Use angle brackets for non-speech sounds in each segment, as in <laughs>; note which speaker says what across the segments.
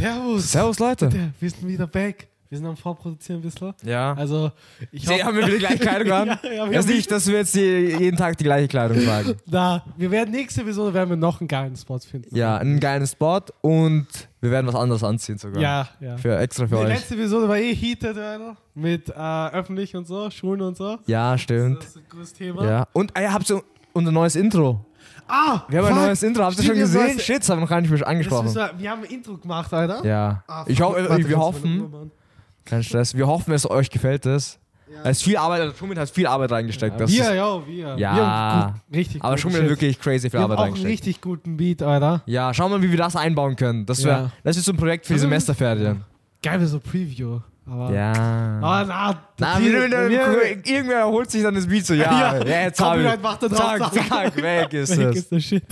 Speaker 1: Servus.
Speaker 2: Servus, Leute.
Speaker 1: Leute, Wir sind wieder back. Wir sind am Vorproduzieren ein bisschen.
Speaker 2: Ja.
Speaker 1: Also, ich
Speaker 2: Sie haben wir wieder die gleiche
Speaker 1: <laughs>
Speaker 2: Kleidung an.
Speaker 1: Ja, ja, wir
Speaker 2: es ist
Speaker 1: haben-
Speaker 2: nicht, dass wir jetzt die, jeden Tag die gleiche
Speaker 1: <laughs>
Speaker 2: Kleidung tragen.
Speaker 1: da, wir werden nächste Episode werden wir noch einen geilen Spot finden.
Speaker 2: Ja, einen geilen Spot und wir werden was anderes anziehen sogar.
Speaker 1: Ja, ja.
Speaker 2: Für, extra für
Speaker 1: Die
Speaker 2: euch.
Speaker 1: letzte Episode war eh heated, Alter. Mit äh, öffentlich und so, Schulen und so.
Speaker 2: Ja, stimmt.
Speaker 1: Das ist ein gutes Thema.
Speaker 2: Ja. Und ah, ihr habt so unser neues Intro.
Speaker 1: Ah!
Speaker 2: Wir haben
Speaker 1: fuck.
Speaker 2: ein neues Intro. Habt ihr
Speaker 1: Stimmt,
Speaker 2: schon
Speaker 1: wir haben
Speaker 2: gesehen?
Speaker 1: neues-
Speaker 2: Shit, das haben wir noch gar nicht
Speaker 1: Das
Speaker 2: angesprochen.
Speaker 1: müssen wir, wir haben ein Intro gemacht, Alter.
Speaker 2: Ja.
Speaker 1: Ah, fuck.
Speaker 2: ich
Speaker 1: Warte,
Speaker 2: hoffe, wir
Speaker 1: kurz, meine
Speaker 2: hoffen,
Speaker 1: Uhr, Mann.
Speaker 2: kein Stress, wir hoffen, es euch gefällt es.
Speaker 1: Ja.
Speaker 2: Es ist viel Arbeit, also Schumit hat viel Arbeit reingesteckt. das
Speaker 1: wir,
Speaker 2: ist,
Speaker 1: ja, wir.
Speaker 2: Ja.
Speaker 1: Wir haben gut, richtig
Speaker 2: aber
Speaker 1: guten
Speaker 2: Schumit hat
Speaker 1: Shit.
Speaker 2: wirklich crazy viel
Speaker 1: Wir haben
Speaker 2: Arbeit
Speaker 1: auch einen
Speaker 2: reingesteckt.
Speaker 1: richtig guten Beat, Alter.
Speaker 2: Ja, schauen wir mal, wie wir das einbauen können. Das,
Speaker 1: Ja.
Speaker 2: wär, das ist so ein Projekt für die
Speaker 1: Also,
Speaker 2: Semesterferien.
Speaker 1: Geil, wäre so Preview. Aber
Speaker 2: Ja.
Speaker 1: Ah, na,
Speaker 2: Na,
Speaker 1: die-
Speaker 2: wir, wir,
Speaker 1: wir-
Speaker 2: wir, irgendwer holt sich dann das Beat so, ja,
Speaker 1: Ja.
Speaker 2: ja, jetzt hab ich.
Speaker 1: Copyright macht da drauf,
Speaker 2: Zack,
Speaker 1: zack.
Speaker 2: zack,
Speaker 1: <laughs>
Speaker 2: weg ist
Speaker 1: Weg
Speaker 2: es.
Speaker 1: ist der Shit.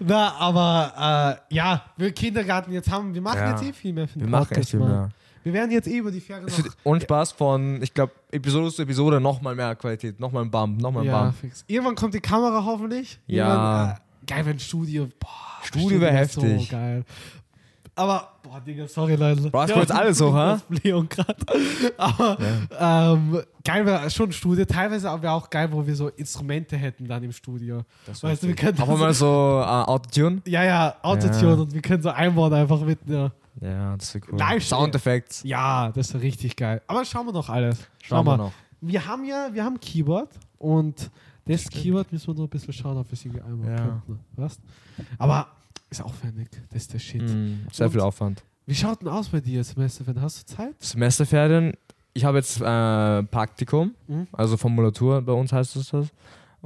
Speaker 1: Na, aber äh, ja, wir Kindergarten jetzt haben, wir machen
Speaker 2: Ja.
Speaker 1: jetzt eh viel mehr für den
Speaker 2: Wir machen
Speaker 1: Podcast,
Speaker 2: echt viel
Speaker 1: Mann.
Speaker 2: mehr.
Speaker 1: Wir werden jetzt eh über die Fähre
Speaker 2: Es
Speaker 1: noch...
Speaker 2: <laughs> wird ohne Spaß von, ich glaube, Episode zu Episode nochmal mehr Qualität, nochmal ein Bump, nochmal ein
Speaker 1: Ja,
Speaker 2: Bump.
Speaker 1: fix. Irgendwann kommt die Kamera hoffentlich.
Speaker 2: Ja.
Speaker 1: Irgendwann, Äh, geil, wenn Studio... Boah,
Speaker 2: Studio wär
Speaker 1: ist
Speaker 2: heftig.
Speaker 1: So geil. Aber, boah, Digga, sorry, Leute.
Speaker 2: Bro, hast du jetzt alles so,
Speaker 1: <laughs>
Speaker 2: ha?
Speaker 1: Leon grad. Aber ähm, geil wäre schon Studio. Teilweise aber auch geil, wo wir so Instrumente hätten dann im Studio. weißt du, wir könnten...
Speaker 2: Auch
Speaker 1: so-
Speaker 2: mal so äh, Autotune.
Speaker 1: Ja, ja, Autotune und wir können so einbauen einfach mit einer.
Speaker 2: Ja, das ist cool.
Speaker 1: Live-
Speaker 2: Soundeffekts.
Speaker 1: Ja, das ist richtig geil. Aber schauen wir noch alles.
Speaker 2: Schauen wir noch.
Speaker 1: Wir haben ja, wir haben Keyboard und das Keyboard müssen wir noch ein bisschen schauen, ob wir es irgendwie einmal
Speaker 2: Ja.
Speaker 1: könnten. Weißt? Aber ist aufwendig. Das ist der Shit.
Speaker 2: Mhm, sehr viel
Speaker 1: Und-
Speaker 2: Aufwand.
Speaker 1: Wie schaut denn aus bei dir, Semester? Wenn hast du Zeit?
Speaker 2: Semesterferien, ich habe jetzt äh, Praktikum,
Speaker 1: Mhm.
Speaker 2: also Formulatur bei uns heißt es das.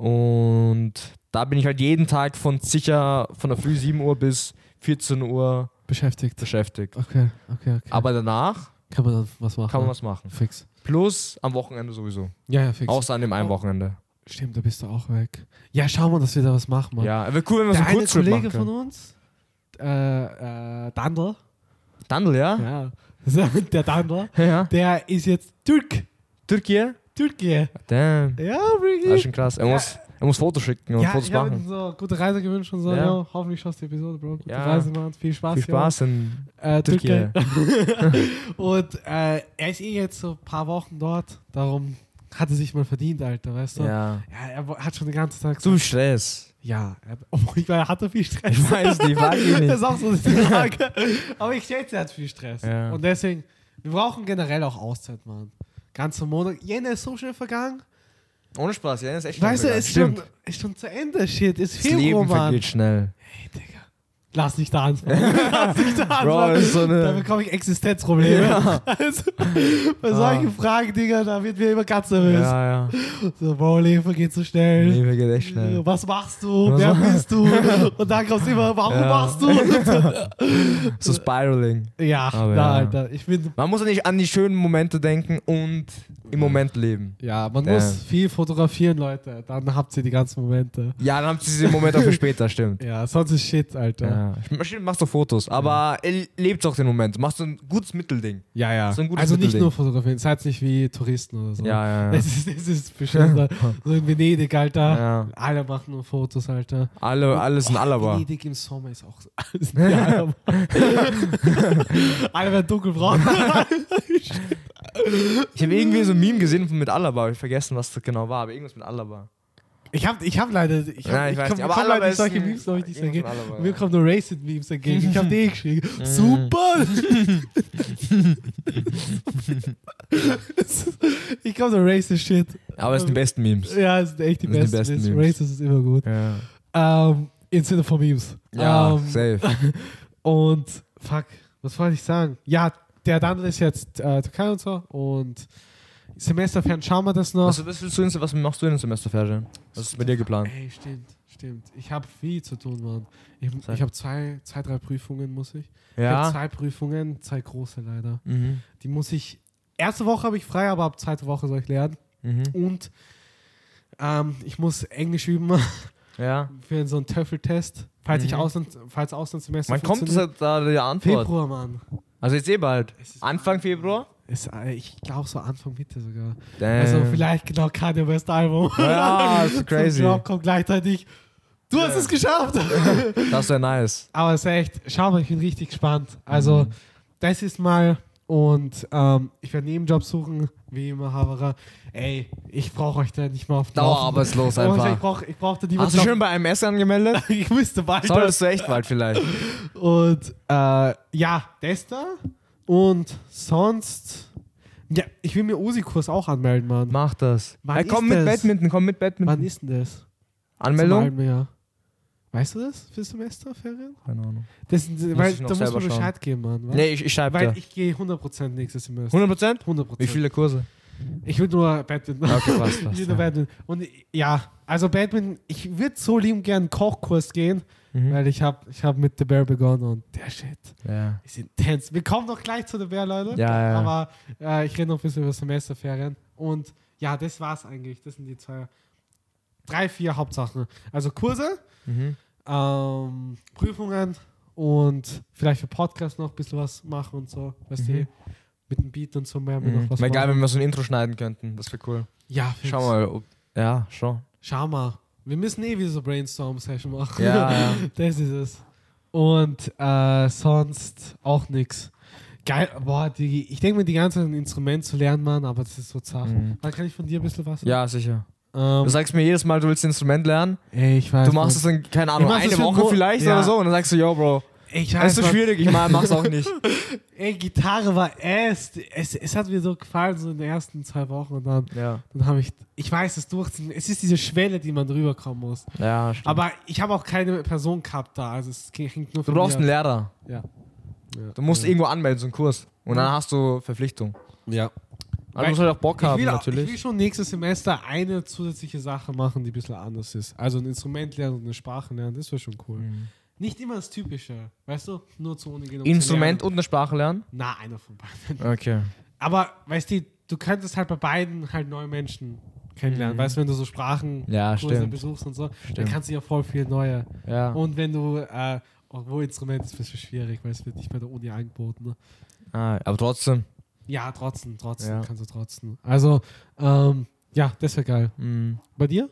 Speaker 2: Und da bin ich halt jeden Tag von sicher von der Früh 7 Uhr bis 14 Uhr
Speaker 1: Beschäftigt.
Speaker 2: beschäftigt.
Speaker 1: Okay, okay, okay.
Speaker 2: Aber danach
Speaker 1: kann man dann was machen?
Speaker 2: kann man was machen.
Speaker 1: Fix.
Speaker 2: Plus am Wochenende sowieso.
Speaker 1: Ja, ja, fix.
Speaker 2: Außer an dem einen
Speaker 1: Oh.
Speaker 2: Wochenende.
Speaker 1: Stimmt, da bist du auch weg. Ja, schauen wir, dass wir da was machen. Mann.
Speaker 2: Ja, wäre cool, wenn wir so
Speaker 1: Der
Speaker 2: einen
Speaker 1: eine
Speaker 2: Kurztrip
Speaker 1: Kollege
Speaker 2: machen
Speaker 1: von
Speaker 2: können.
Speaker 1: uns, äh, äh, Dandler,
Speaker 2: Dandel, ja?
Speaker 1: ja, der Dandler,
Speaker 2: Ja. ja.
Speaker 1: der ist jetzt Türk.
Speaker 2: Türkei?
Speaker 1: Türkei.
Speaker 2: Damn.
Speaker 1: Ja,
Speaker 2: Das ist
Speaker 1: wirklich.
Speaker 2: schon krass. Er, muss, er muss Fotos schicken und
Speaker 1: Ja,
Speaker 2: Fotos
Speaker 1: ich habe
Speaker 2: machen.
Speaker 1: so gute Reise gewünscht und so.
Speaker 2: Ja.
Speaker 1: Ja. Hoffentlich schaust du die Episode, Bro. Gute
Speaker 2: Ja.
Speaker 1: Reise, Mann. Viel Spaß.
Speaker 2: Viel
Speaker 1: ja.
Speaker 2: Spaß in
Speaker 1: Äh, Türkei.
Speaker 2: Türkei.
Speaker 1: <laughs> Und äh, er ist eh jetzt so ein paar Wochen dort. Darum hat er sich mal verdient, Alter, weißt du?
Speaker 2: Ja.
Speaker 1: Ja, er wo- hat schon den ganzen Tag
Speaker 2: Zu viel Stress.
Speaker 1: Ja, er, <laughs> obwohl ich meine, er hatte viel Stress.
Speaker 2: Ich weiß
Speaker 1: <laughs>
Speaker 2: nicht, weiß ich
Speaker 1: Das
Speaker 2: nicht.
Speaker 1: ist auch
Speaker 2: <laughs>
Speaker 1: so eine Frage. Aber ich schätze, er hat viel Stress.
Speaker 2: Ja.
Speaker 1: Und deswegen, wir brauchen generell auch Auszeit, Mann. Ganzer Monat. Jena ist so schnell vergangen.
Speaker 2: Ohne Spaß, ja, das ist echt
Speaker 1: Weißt du,
Speaker 2: schnell
Speaker 1: ist
Speaker 2: vergangen.
Speaker 1: schon, ist schon zu Ende, shit. Ist
Speaker 2: Das
Speaker 1: Februar,
Speaker 2: Leben
Speaker 1: Mann.
Speaker 2: vergeht schnell.
Speaker 1: Hey, Digga. Lass nicht da anfangen. <laughs> Lass nicht da
Speaker 2: Bro,
Speaker 1: anfangen.
Speaker 2: das ist äh, so
Speaker 1: Ah, da
Speaker 2: eine.
Speaker 1: bekomme ich Existenzprobleme. <laughs> Also, bei
Speaker 2: Ah.
Speaker 1: solchen Fragen, Digga, da wird mir immer ganz nervös.
Speaker 2: Ja, ja.
Speaker 1: So, Bro, Leben vergeht so schnell. Äh,
Speaker 2: Leben vergeht echt schnell.
Speaker 1: Was machst du?
Speaker 2: Was
Speaker 1: Wer
Speaker 2: mach-
Speaker 1: bist
Speaker 2: <laughs>
Speaker 1: du? Und dann kommst du immer, warum
Speaker 2: Ja.
Speaker 1: machst
Speaker 2: <laughs>
Speaker 1: du?
Speaker 2: So Spiraling.
Speaker 1: ja,
Speaker 2: Aber
Speaker 1: na,
Speaker 2: ja.
Speaker 1: Alter. Ich bin.
Speaker 2: Man muss ja nicht an die schönen Momente denken und im Moment leben.
Speaker 1: Ja, man
Speaker 2: Damn.
Speaker 1: muss viel fotografieren, Leute. Dann habt ihr die ganzen Momente.
Speaker 2: Ja, dann habt ihr diesen Moment auch für später,
Speaker 1: <laughs>
Speaker 2: stimmt.
Speaker 1: Ja, sonst ist Shit, Alter.
Speaker 2: Ja. Stimmt, machst du Fotos, aber ja. lebt auch den Moment. Machst du ein gutes Mittelding.
Speaker 1: Ja, ja.
Speaker 2: So ein gutes
Speaker 1: also nicht
Speaker 2: Mittelding.
Speaker 1: nur fotografieren. Seid nicht wie Touristen oder so. <laughs>
Speaker 2: Ja, ja, ja.
Speaker 1: Das ist, das ist
Speaker 2: <laughs>
Speaker 1: beschissen. so in Venedig, Alter.
Speaker 2: Ja.
Speaker 1: Alle machen nur Fotos, Alter.
Speaker 2: Alle, alles
Speaker 1: <laughs>
Speaker 2: ein Alaba.
Speaker 1: Venedig im Sommer ist <laughs> auch. Ist ein
Speaker 2: <laughs>
Speaker 1: Alaba. Alle werden dunkelbraun.
Speaker 2: Ich habe irgendwie so ein Meme gesehen von- mit Alaba, aber ich vergessen, was das genau war, aber irgendwas mit Alaba.
Speaker 1: Ich hab, ich hab leider. Ich, hab,
Speaker 2: Ja, ich
Speaker 1: ich
Speaker 2: weiß
Speaker 1: komm,
Speaker 2: nicht, aber
Speaker 1: komm
Speaker 2: Alaba
Speaker 1: leider nicht
Speaker 2: ist
Speaker 1: solche
Speaker 2: ein-
Speaker 1: Memes, glaube ich, nicht
Speaker 2: irgendwas
Speaker 1: dagegen.
Speaker 2: mit Alaba,
Speaker 1: Mir
Speaker 2: ja.
Speaker 1: kommen nur Racing-Memes dagegen. Ich hab die eh geschrieben.
Speaker 2: Mhm. <laughs>
Speaker 1: Super! ich komm nur Racist-Shit.
Speaker 2: Aber es sind die besten Memes.
Speaker 1: Ja, es sind echt die
Speaker 2: Das sind die
Speaker 1: besten,
Speaker 2: besten
Speaker 1: Memes.
Speaker 2: Memes.
Speaker 1: Racist ist immer gut.
Speaker 2: Ja,
Speaker 1: Ähm, Im Sinne von Memes.
Speaker 2: ja
Speaker 1: Ähm,
Speaker 2: safe.
Speaker 1: Und fuck, was wollte ich sagen? Ja, der Dandel ist jetzt äh, Türkei und so und Semesterfern schauen wir das noch.
Speaker 2: Was, was, willst du in, was machst du in den Semesterferien? Was ist bei dir geplant?
Speaker 1: Ey, stimmt, stimmt. Ich habe viel zu tun, Mann. Ich,
Speaker 2: Sag.
Speaker 1: ich habe zwei, zwei, drei Prüfungen, muss ich. Ich habe
Speaker 2: Ja.
Speaker 1: zwei Prüfungen, zwei große leider.
Speaker 2: Mhm.
Speaker 1: Die muss ich. Erste Woche habe ich frei, aber ab zweite Woche soll ich lernen.
Speaker 2: Mhm.
Speaker 1: Und ähm, ich muss Englisch üben <laughs>
Speaker 2: Ja.
Speaker 1: für so einen Töffeltest, falls ich
Speaker 2: Mhm.
Speaker 1: Ausland, falls Auslandssemester.
Speaker 2: Wann kommt das
Speaker 1: funktioniert.
Speaker 2: da die Antwort?
Speaker 1: Februar, Mann.
Speaker 2: Also jetzt eh bald.
Speaker 1: Es ist
Speaker 2: Anfang Februar?
Speaker 1: Ist, äh, ich glaube so Anfang Mitte sogar.
Speaker 2: Damn.
Speaker 1: Also vielleicht genau Kanye West Album.
Speaker 2: Äh. Ja, das
Speaker 1: <laughs>
Speaker 2: ist
Speaker 1: Zum
Speaker 2: crazy.
Speaker 1: Drop kommt gleichzeitig Du hast es
Speaker 2: <laughs>
Speaker 1: geschafft!
Speaker 2: Das wäre nice.
Speaker 1: Aber es ist echt, schau mal, ich bin richtig gespannt. Also,
Speaker 2: Mhm.
Speaker 1: das ist mal und ähm, ich werde Nebenjob suchen, wie immer, Havara. Ey, ich brauche euch da nicht mal auf den Laufenden.
Speaker 2: Dauerarbeitslos
Speaker 1: Ich
Speaker 2: einfach.
Speaker 1: brauche ich brauch da niemanden.
Speaker 2: Hast du schön bei
Speaker 1: <laughs>
Speaker 2: MS angemeldet?
Speaker 1: auf- ich müsste bald.
Speaker 2: Solltest du echt bald vielleicht.
Speaker 1: <laughs> Und äh, ja, das da. Und sonst. Ja, ich will mir Osi-Kurs auch anmelden, Mann.
Speaker 2: Mach das.
Speaker 1: Wann
Speaker 2: Ey, komm
Speaker 1: ist
Speaker 2: mit
Speaker 1: das?
Speaker 2: Badminton, komm mit Badminton.
Speaker 1: Wann ist denn das?
Speaker 2: Anmeldung?
Speaker 1: Zum halben Jahr. Weißt du das? Für Semesterferien?
Speaker 2: Keine Ahnung.
Speaker 1: Das, weil,
Speaker 2: ich noch
Speaker 1: da muss
Speaker 2: selber
Speaker 1: man
Speaker 2: schauen.
Speaker 1: Bescheid geben, Mann. weißt
Speaker 2: Nee, ich, ich schreibe
Speaker 1: Weil
Speaker 2: dir.
Speaker 1: ich gehe 100% nächstes Semester.
Speaker 2: 100%?
Speaker 1: 100%.
Speaker 2: Wie viele Kurse?
Speaker 1: Ich will nur Badminton.
Speaker 2: Okay,
Speaker 1: <laughs>
Speaker 2: passt,
Speaker 1: ich
Speaker 2: passt,
Speaker 1: will nur
Speaker 2: ja.
Speaker 1: Badminton. Und ich- ja, also Badminton, ich würde so lieben gern einen Kochkurs gehen,
Speaker 2: Mhm.
Speaker 1: weil ich habe ich hab mit The Bear begonnen und der Shit
Speaker 2: Ja.
Speaker 1: ist intens. Wir kommen noch gleich zu The Bear, Leute.
Speaker 2: Ja, ja, ja.
Speaker 1: Aber äh, ich rede noch ein bisschen über Semesterferien. Und ja, das war's eigentlich. Das sind die zwei, drei, vier Hauptsachen. Also Kurse,
Speaker 2: Mhm.
Speaker 1: ähm, Prüfungen und vielleicht für Podcast noch ein bisschen was machen und so. Weißt
Speaker 2: Mhm.
Speaker 1: du, mit dem Beat und so mehr wir
Speaker 2: Mhm.
Speaker 1: noch was
Speaker 2: Wäre geil,
Speaker 1: machen.
Speaker 2: wenn wir so ein Intro schneiden könnten. Das wäre cool.
Speaker 1: Ja, fix.
Speaker 2: Schau mal. Ob, ja, schon.
Speaker 1: Schau mal. Wir müssen eh wieder so Brainstorm-Session machen.
Speaker 2: Ja, ja.
Speaker 1: <laughs> Das ist es. Und äh, sonst auch nix. Geil, boah, die, ich denke mir die ganze Zeit ein Instrument zu lernen, Mann, aber das ist so zart.
Speaker 2: Mhm.
Speaker 1: Wann kann ich von dir ein bisschen was?
Speaker 2: Ja, sicher. Du
Speaker 1: Ähm,
Speaker 2: sagst mir jedes Mal, du willst ein Instrument lernen.
Speaker 1: ey, ich weiß.
Speaker 2: Du machst es dann, keine Ahnung,
Speaker 1: mach's
Speaker 2: eine
Speaker 1: das für
Speaker 2: Woche
Speaker 1: Mo-
Speaker 2: vielleicht
Speaker 1: Ja.
Speaker 2: oder so. Und dann sagst du, yo, Bro,
Speaker 1: es. Ich
Speaker 2: das ist
Speaker 1: weiß.
Speaker 2: so
Speaker 1: Mann.
Speaker 2: schwierig, ich mach- mach's
Speaker 1: <laughs>
Speaker 2: auch nicht.
Speaker 1: Ey, Gitarre war erst. Es, es hat mir so gefallen, so in den ersten zwei Wochen. Und dann,
Speaker 2: Ja,
Speaker 1: dann habe ich. Ich weiß es durchziehen. Es ist diese Schwelle, die man drüber kommen muss.
Speaker 2: ja, stimmt.
Speaker 1: Aber ich habe auch keine Person gehabt da. Also es hängt nur
Speaker 2: Du
Speaker 1: von
Speaker 2: brauchst einen
Speaker 1: mir.
Speaker 2: Lehrer.
Speaker 1: Ja.
Speaker 2: Du musst
Speaker 1: ja.
Speaker 2: irgendwo anmelden, so einen Kurs. Und dann hast du Verpflichtung.
Speaker 1: Ja.
Speaker 2: Aber
Speaker 1: Weil-
Speaker 2: du musst halt auch Bock haben,
Speaker 1: ich will, auch- Ich will
Speaker 2: natürlich.
Speaker 1: schon nächstes Semester eine zusätzliche Sache machen, die ein bisschen anders ist. Also ein Instrument lernen und eine Sprache lernen, das wäre schon cool.
Speaker 2: Mhm.
Speaker 1: Nicht immer das Typische, weißt du? Nur zur Uni gehen. um zu lernen.
Speaker 2: Instrument und eine Sprache lernen?
Speaker 1: Na, einer von beiden.
Speaker 2: Okay.
Speaker 1: Aber, weißt du, du könntest halt bei beiden halt neue Menschen kennenlernen.
Speaker 2: Mhm.
Speaker 1: Weißt du, wenn du so Sprachen
Speaker 2: Ja, stimmt.
Speaker 1: besuchst und so, dann
Speaker 2: Stimmt.
Speaker 1: kannst du ja voll viel neue.
Speaker 2: Ja.
Speaker 1: Und wenn du, äh, obwohl Instrument ist ein bisschen schwierig, weil es wird nicht bei der Uni angeboten. Ne?
Speaker 2: Ah, aber trotzdem.
Speaker 1: Ja, trotzdem, trotzdem,
Speaker 2: Ja.
Speaker 1: kannst du trotzdem. Also, ähm, ja, das wäre geil.
Speaker 2: Mhm.
Speaker 1: Bei dir?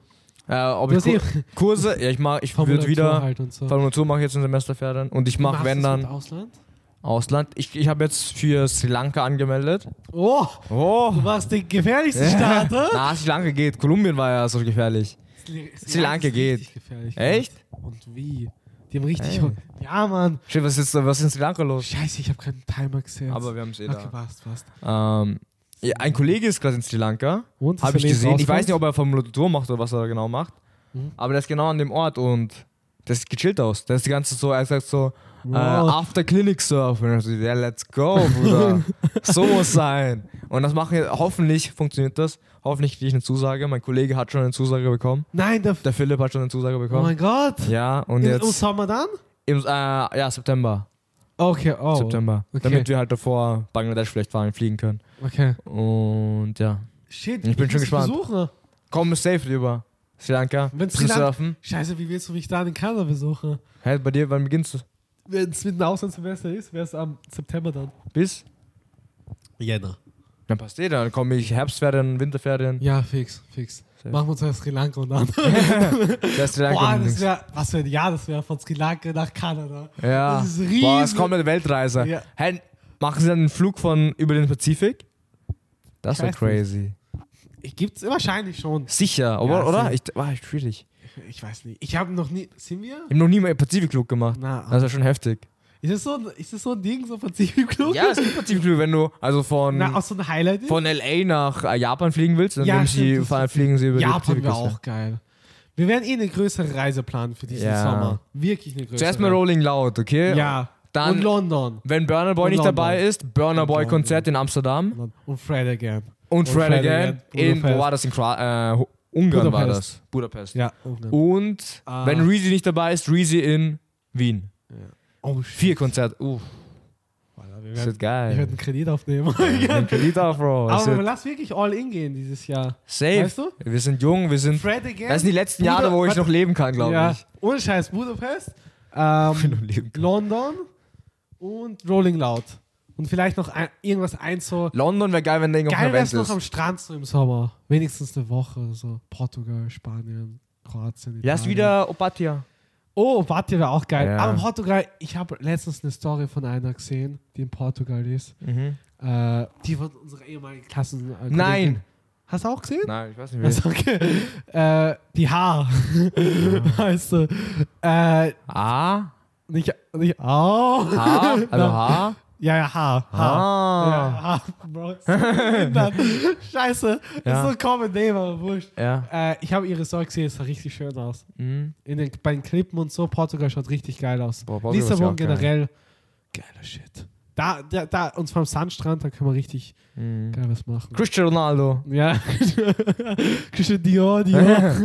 Speaker 2: Äh, ob
Speaker 1: Du
Speaker 2: ich
Speaker 1: hast
Speaker 2: Kur
Speaker 1: eh-
Speaker 2: Kurse, ja, ich mach, ich würde
Speaker 1: Formulatur
Speaker 2: wieder
Speaker 1: halt und so.
Speaker 2: Formulatur mache ich jetzt in Semesterferien und ich mache,
Speaker 1: Machst
Speaker 2: wenn
Speaker 1: du's mit
Speaker 2: dann,
Speaker 1: Ausland?
Speaker 2: Ausland. Ich, ich habe jetzt für Sri Lanka angemeldet.
Speaker 1: Oh,
Speaker 2: Oh!
Speaker 1: du warst der gefährlichste Staat,
Speaker 2: <laughs>
Speaker 1: oder?
Speaker 2: Na, Sri Lanka geht. Kolumbien war ja so gefährlich. Sri Lanka
Speaker 1: ist
Speaker 2: geht.
Speaker 1: richtig Gefährlich,
Speaker 2: Echt?
Speaker 1: Mann. Und wie? Die haben richtig.
Speaker 2: Ey.
Speaker 1: Ho- Ja, Mann.
Speaker 2: Shit, was ist, was ist in Sri Lanka los?
Speaker 1: Scheiße, ich habe keinen Timer gesehen.
Speaker 2: Oh. Aber wir haben es eh
Speaker 1: Okay,
Speaker 2: da.
Speaker 1: passt, passt.
Speaker 2: Ähm, ja, ein Kollege ist gerade in Sri Lanka.
Speaker 1: Und
Speaker 2: Habe ich gesehen. Ich weiß nicht,
Speaker 1: ob.
Speaker 2: ob er Formulatur macht oder was er genau macht.
Speaker 1: Mhm.
Speaker 2: Aber der ist genau an dem Ort und das sieht gechillt aus. Der ist die ganze so, er sagt so, äh,
Speaker 1: Wow.
Speaker 2: after clinic surf. Und dann so, ja, let's go,
Speaker 1: <laughs>
Speaker 2: Bruder. so muss sein. Und das machen wir, hoffentlich funktioniert das. Hoffentlich kriege ich eine Zusage. Mein Kollege hat schon eine Zusage bekommen.
Speaker 1: Nein, der.
Speaker 2: Der Philipp hat schon eine Zusage
Speaker 1: Oh
Speaker 2: bekommen.
Speaker 1: mein Gott.
Speaker 2: ja, und
Speaker 1: Im im
Speaker 2: jetzt
Speaker 1: Sommer dann?
Speaker 2: im, äh, ja, September.
Speaker 1: Okay, oh.
Speaker 2: September.
Speaker 1: okay.
Speaker 2: Damit wir halt davor Bangladesch vielleicht fahren, fliegen können.
Speaker 1: Okay.
Speaker 2: Und ja.
Speaker 1: Shit,
Speaker 2: bin schon
Speaker 1: muss dich
Speaker 2: gespannt.
Speaker 1: Besuchen. ne?
Speaker 2: Komm safe rüber. Sri Lanka.
Speaker 1: Wenn
Speaker 2: Bisschen
Speaker 1: Sri Lanka-
Speaker 2: surfen.
Speaker 1: Scheiße, wie willst du mich da in Kanada besuchen?
Speaker 2: Hey, bei dir, wann beginnst du?
Speaker 1: Wenn es mit einem Auslandssemester ist, wäre es am September dann.
Speaker 2: Bis?
Speaker 1: Jänner.
Speaker 2: Dann passt eh, dann komme ich Herbstferien, Winterferien.
Speaker 1: Ja, fix, fix.
Speaker 2: Safe.
Speaker 1: Machen wir uns erst Sri Lanka und dann.
Speaker 2: Ja. Sri Lanka
Speaker 1: Boah, das
Speaker 2: links.
Speaker 1: wäre, was für ein Jahr das wäre, von Sri Lanka nach Kanada.
Speaker 2: Ja.
Speaker 1: Das ist riesig.
Speaker 2: Boah, es kommt eine Weltreise.
Speaker 1: Ja.
Speaker 2: Hey, machen sie dann einen Flug von über den Pazifik? Das
Speaker 1: Ich
Speaker 2: wäre
Speaker 1: weiß
Speaker 2: crazy.
Speaker 1: Ich- Gibt's wahrscheinlich schon.
Speaker 2: Sicher, oder?
Speaker 1: Ja,
Speaker 2: oder?
Speaker 1: safe.
Speaker 2: Ich, war ich schwierig.
Speaker 1: Ich weiß nicht. Ich habe noch nie. Sind wir?
Speaker 2: Ich habe noch nie mal einen Pazifikflug gemacht.
Speaker 1: Na,
Speaker 2: Das ist ja schon heftig.
Speaker 1: ist, das so ein, ist das so ein Ding, so Pazifik-Club?
Speaker 2: Ja, es gibt Pazifikflug, wenn du also von,
Speaker 1: Na, auch so ein Highlight? ist?
Speaker 2: von LA nach äh, Japan fliegen willst, dann
Speaker 1: Ja,
Speaker 2: nehmen
Speaker 1: stimmt,
Speaker 2: sie,
Speaker 1: das
Speaker 2: fahren,
Speaker 1: ist-
Speaker 2: fliegen sie über die
Speaker 1: Japan wäre
Speaker 2: Pazifikküste.
Speaker 1: auch geil. Wir werden eh eine größere Reise planen für diesen
Speaker 2: Ja.
Speaker 1: Sommer. Wirklich eine größere.
Speaker 2: Zuerst mal Rolling Loud, okay?
Speaker 1: Ja.
Speaker 2: Dann-
Speaker 1: und London.
Speaker 2: Wenn Burner Boy
Speaker 1: Und
Speaker 2: nicht
Speaker 1: London.
Speaker 2: dabei ist, Burner
Speaker 1: Und
Speaker 2: Boy
Speaker 1: London.
Speaker 2: Konzert in Amsterdam
Speaker 1: Und Fred again.
Speaker 2: und Fred
Speaker 1: Fred
Speaker 2: Again
Speaker 1: Again,
Speaker 2: in, wo
Speaker 1: Budapest.
Speaker 2: war das? In Kra äh, Ho- Ungarn war
Speaker 1: Budapest.
Speaker 2: das. Budapest.
Speaker 1: Ja.
Speaker 2: Und
Speaker 1: Ah.
Speaker 2: wenn Reezy nicht dabei ist, Reezy in Wien.
Speaker 1: Oh,
Speaker 2: Vier Konzerte. Uh,
Speaker 1: Alter, wir werden,
Speaker 2: das wird
Speaker 1: ich werde
Speaker 2: geil.
Speaker 1: einen Kredit aufnehmen.
Speaker 2: Nimm Kredit auf, Bro.
Speaker 1: <laughs>
Speaker 2: Das
Speaker 1: Aber
Speaker 2: wird
Speaker 1: lass wirklich all in gehen dieses Jahr.
Speaker 2: safe.
Speaker 1: Weißt du?
Speaker 2: Wir sind jung, wir sind.
Speaker 1: Fred again.
Speaker 2: hm. Das sind die letzten
Speaker 1: Buda-
Speaker 2: Jahre, wo ich
Speaker 1: warte.
Speaker 2: noch leben kann, glaube
Speaker 1: ja.
Speaker 2: ich.
Speaker 1: Ohne Scheiß,
Speaker 2: <laughs>
Speaker 1: Budapest,
Speaker 2: Ich noch
Speaker 1: ähm,
Speaker 2: leben kann.
Speaker 1: London und Rolling Loud. Und vielleicht noch ein, irgendwas eins so.
Speaker 2: London wäre geil, wenn da irgendwo ein
Speaker 1: Geil wäre
Speaker 2: Event
Speaker 1: es noch am
Speaker 2: ist.
Speaker 1: Strand so im Sommer. Wenigstens eine Woche oder so. Portugal, Spanien, Kroatien.
Speaker 2: Ja, ist
Speaker 1: Italien.
Speaker 2: wieder Opatia.
Speaker 1: Oh, warte, wäre auch geil.
Speaker 2: Ja.
Speaker 1: Aber Portugal, ich habe letztens eine Story von einer gesehen, die in Portugal ist.
Speaker 2: Mhm.
Speaker 1: Äh, die von unserer ehemaligen Klassen. äh, Kollegin.
Speaker 2: Nein.
Speaker 1: Hast du auch gesehen?
Speaker 2: Nein, ich
Speaker 1: <laughs>
Speaker 2: weiß nicht,
Speaker 1: Also, okay. äh, die Haar. <laughs> weißt du? Äh,
Speaker 2: A?
Speaker 1: nicht, nicht, oh.
Speaker 2: H?
Speaker 1: <laughs>
Speaker 2: Also H?
Speaker 1: Ja, ja, Haar. Haar.
Speaker 2: Ah.
Speaker 1: Ja, Haar.
Speaker 2: <laughs>
Speaker 1: Bro, so behindert. Scheiße.
Speaker 2: Ja.
Speaker 1: Ist so ein Common Name, aber wurscht.
Speaker 2: Ja.
Speaker 1: Äh, ich habe ihre Sorge gesehen, es sah richtig schön aus.
Speaker 2: Mhm.
Speaker 1: In den, bei den Klippen und so, Portugal schaut richtig geil aus.
Speaker 2: Boah, Portugal ist ja
Speaker 1: Lissabon
Speaker 2: auch geil.
Speaker 1: generell, geiler Shit. Da, da, da, uns vom Sandstrand, da können wir richtig
Speaker 2: Mhm.
Speaker 1: geil was machen.
Speaker 2: Cristiano Ronaldo.
Speaker 1: Ja, <laughs> Christian Dior,
Speaker 2: <laughs>
Speaker 1: Dior.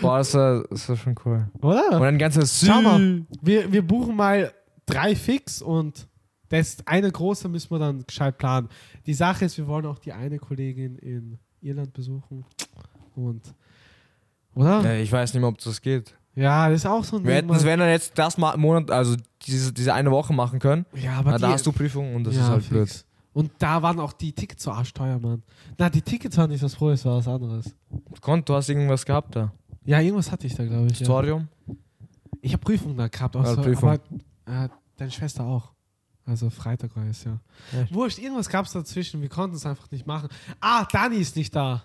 Speaker 2: Boah, das war, das war schon cool.
Speaker 1: Oder?
Speaker 2: Und ein ganzer Sü.
Speaker 1: Schau mal, Hm. wir, wir buchen mal drei fix und das eine große müssen wir dann gescheit planen. Die Sache ist, wir wollen auch die eine Kollegin in Irland besuchen. Und, oder?
Speaker 2: Ja, ich weiß nicht mehr, ob das geht.
Speaker 1: Ja, das ist auch so ein
Speaker 2: Wir
Speaker 1: Ding,
Speaker 2: hätten es,
Speaker 1: Mann.
Speaker 2: wenn wir jetzt das mal Monat, also diese, diese eine Woche machen können,
Speaker 1: Ja, aber
Speaker 2: na,
Speaker 1: die,
Speaker 2: da hast du Prüfung und das
Speaker 1: Ja,
Speaker 2: ist halt
Speaker 1: fix.
Speaker 2: blöd.
Speaker 1: Und da waren auch die Tickets so arschteuer, Mann. Na, die Tickets waren nicht das Problem, es war was anderes.
Speaker 2: Kont, du hast irgendwas gehabt da.
Speaker 1: Ja, irgendwas hatte ich da, glaube ich. Ja.
Speaker 2: Historium?
Speaker 1: Ich habe Prüfung da gehabt, auch
Speaker 2: Ah,
Speaker 1: so,
Speaker 2: Prüfung.
Speaker 1: aber äh, deine Schwester auch. Also Freitag war es, ja.
Speaker 2: Echt?
Speaker 1: Wurscht, irgendwas gab es dazwischen, wir konnten es einfach nicht machen. Ah, Dani ist nicht da.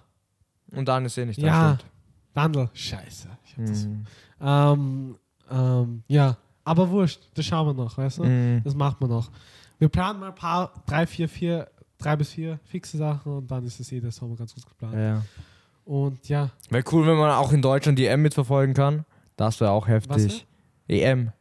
Speaker 2: Und dann ist eh nicht Mhm.
Speaker 1: Ja.
Speaker 2: da.
Speaker 1: Dandel. Scheiße. Ich hab das.
Speaker 2: stimmt.
Speaker 1: Ähm, ähm, ja, aber wurscht, das schauen wir noch, weißt du?
Speaker 2: Mhm. Mhm.
Speaker 1: Das machen wir noch. Wir planen mal ein paar, drei, vier, vier, drei bis vier fixe Sachen und dann ist es eh, das haben wir ganz gut geplant.
Speaker 2: Ja.
Speaker 1: Und ja,
Speaker 2: Wäre cool, wenn man auch in Deutschland die EM mitverfolgen kann. Das wäre auch
Speaker 1: Was
Speaker 2: heftig. EM.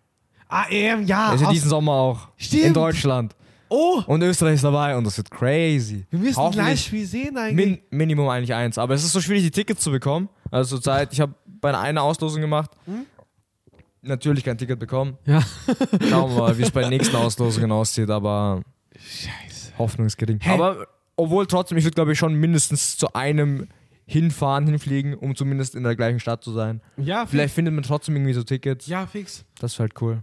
Speaker 1: Ah, EM, ja.
Speaker 2: ist ja
Speaker 1: aus-
Speaker 2: diesen Sommer auch.
Speaker 1: Stimmt.
Speaker 2: In Deutschland.
Speaker 1: Oh,
Speaker 2: Und Österreich ist dabei und das wird crazy.
Speaker 1: wir müssen
Speaker 2: Hoffentlich
Speaker 1: gleich Spiel sehen eigentlich.
Speaker 2: Min Minimum eigentlich eins. Aber es ist so schwierig, die Tickets zu bekommen. Also zurzeit, ich habe bei einer Auslosung gemacht. Natürlich kein Ticket bekommen.
Speaker 1: Hm? Ja.
Speaker 2: <laughs> Schauen wir mal, wie es bei den nächsten Auslosungen aussieht, aber
Speaker 1: Scheiße.
Speaker 2: Hoffnung ist gering.
Speaker 1: Hä?
Speaker 2: Aber obwohl trotzdem, ich würde glaube ich schon mindestens zu einem hinfahren, hinfliegen, um zumindest in der gleichen Stadt zu sein.
Speaker 1: Ja, fix.
Speaker 2: Vielleicht findet man trotzdem irgendwie so Tickets.
Speaker 1: Ja, fix.
Speaker 2: Das ist halt cool.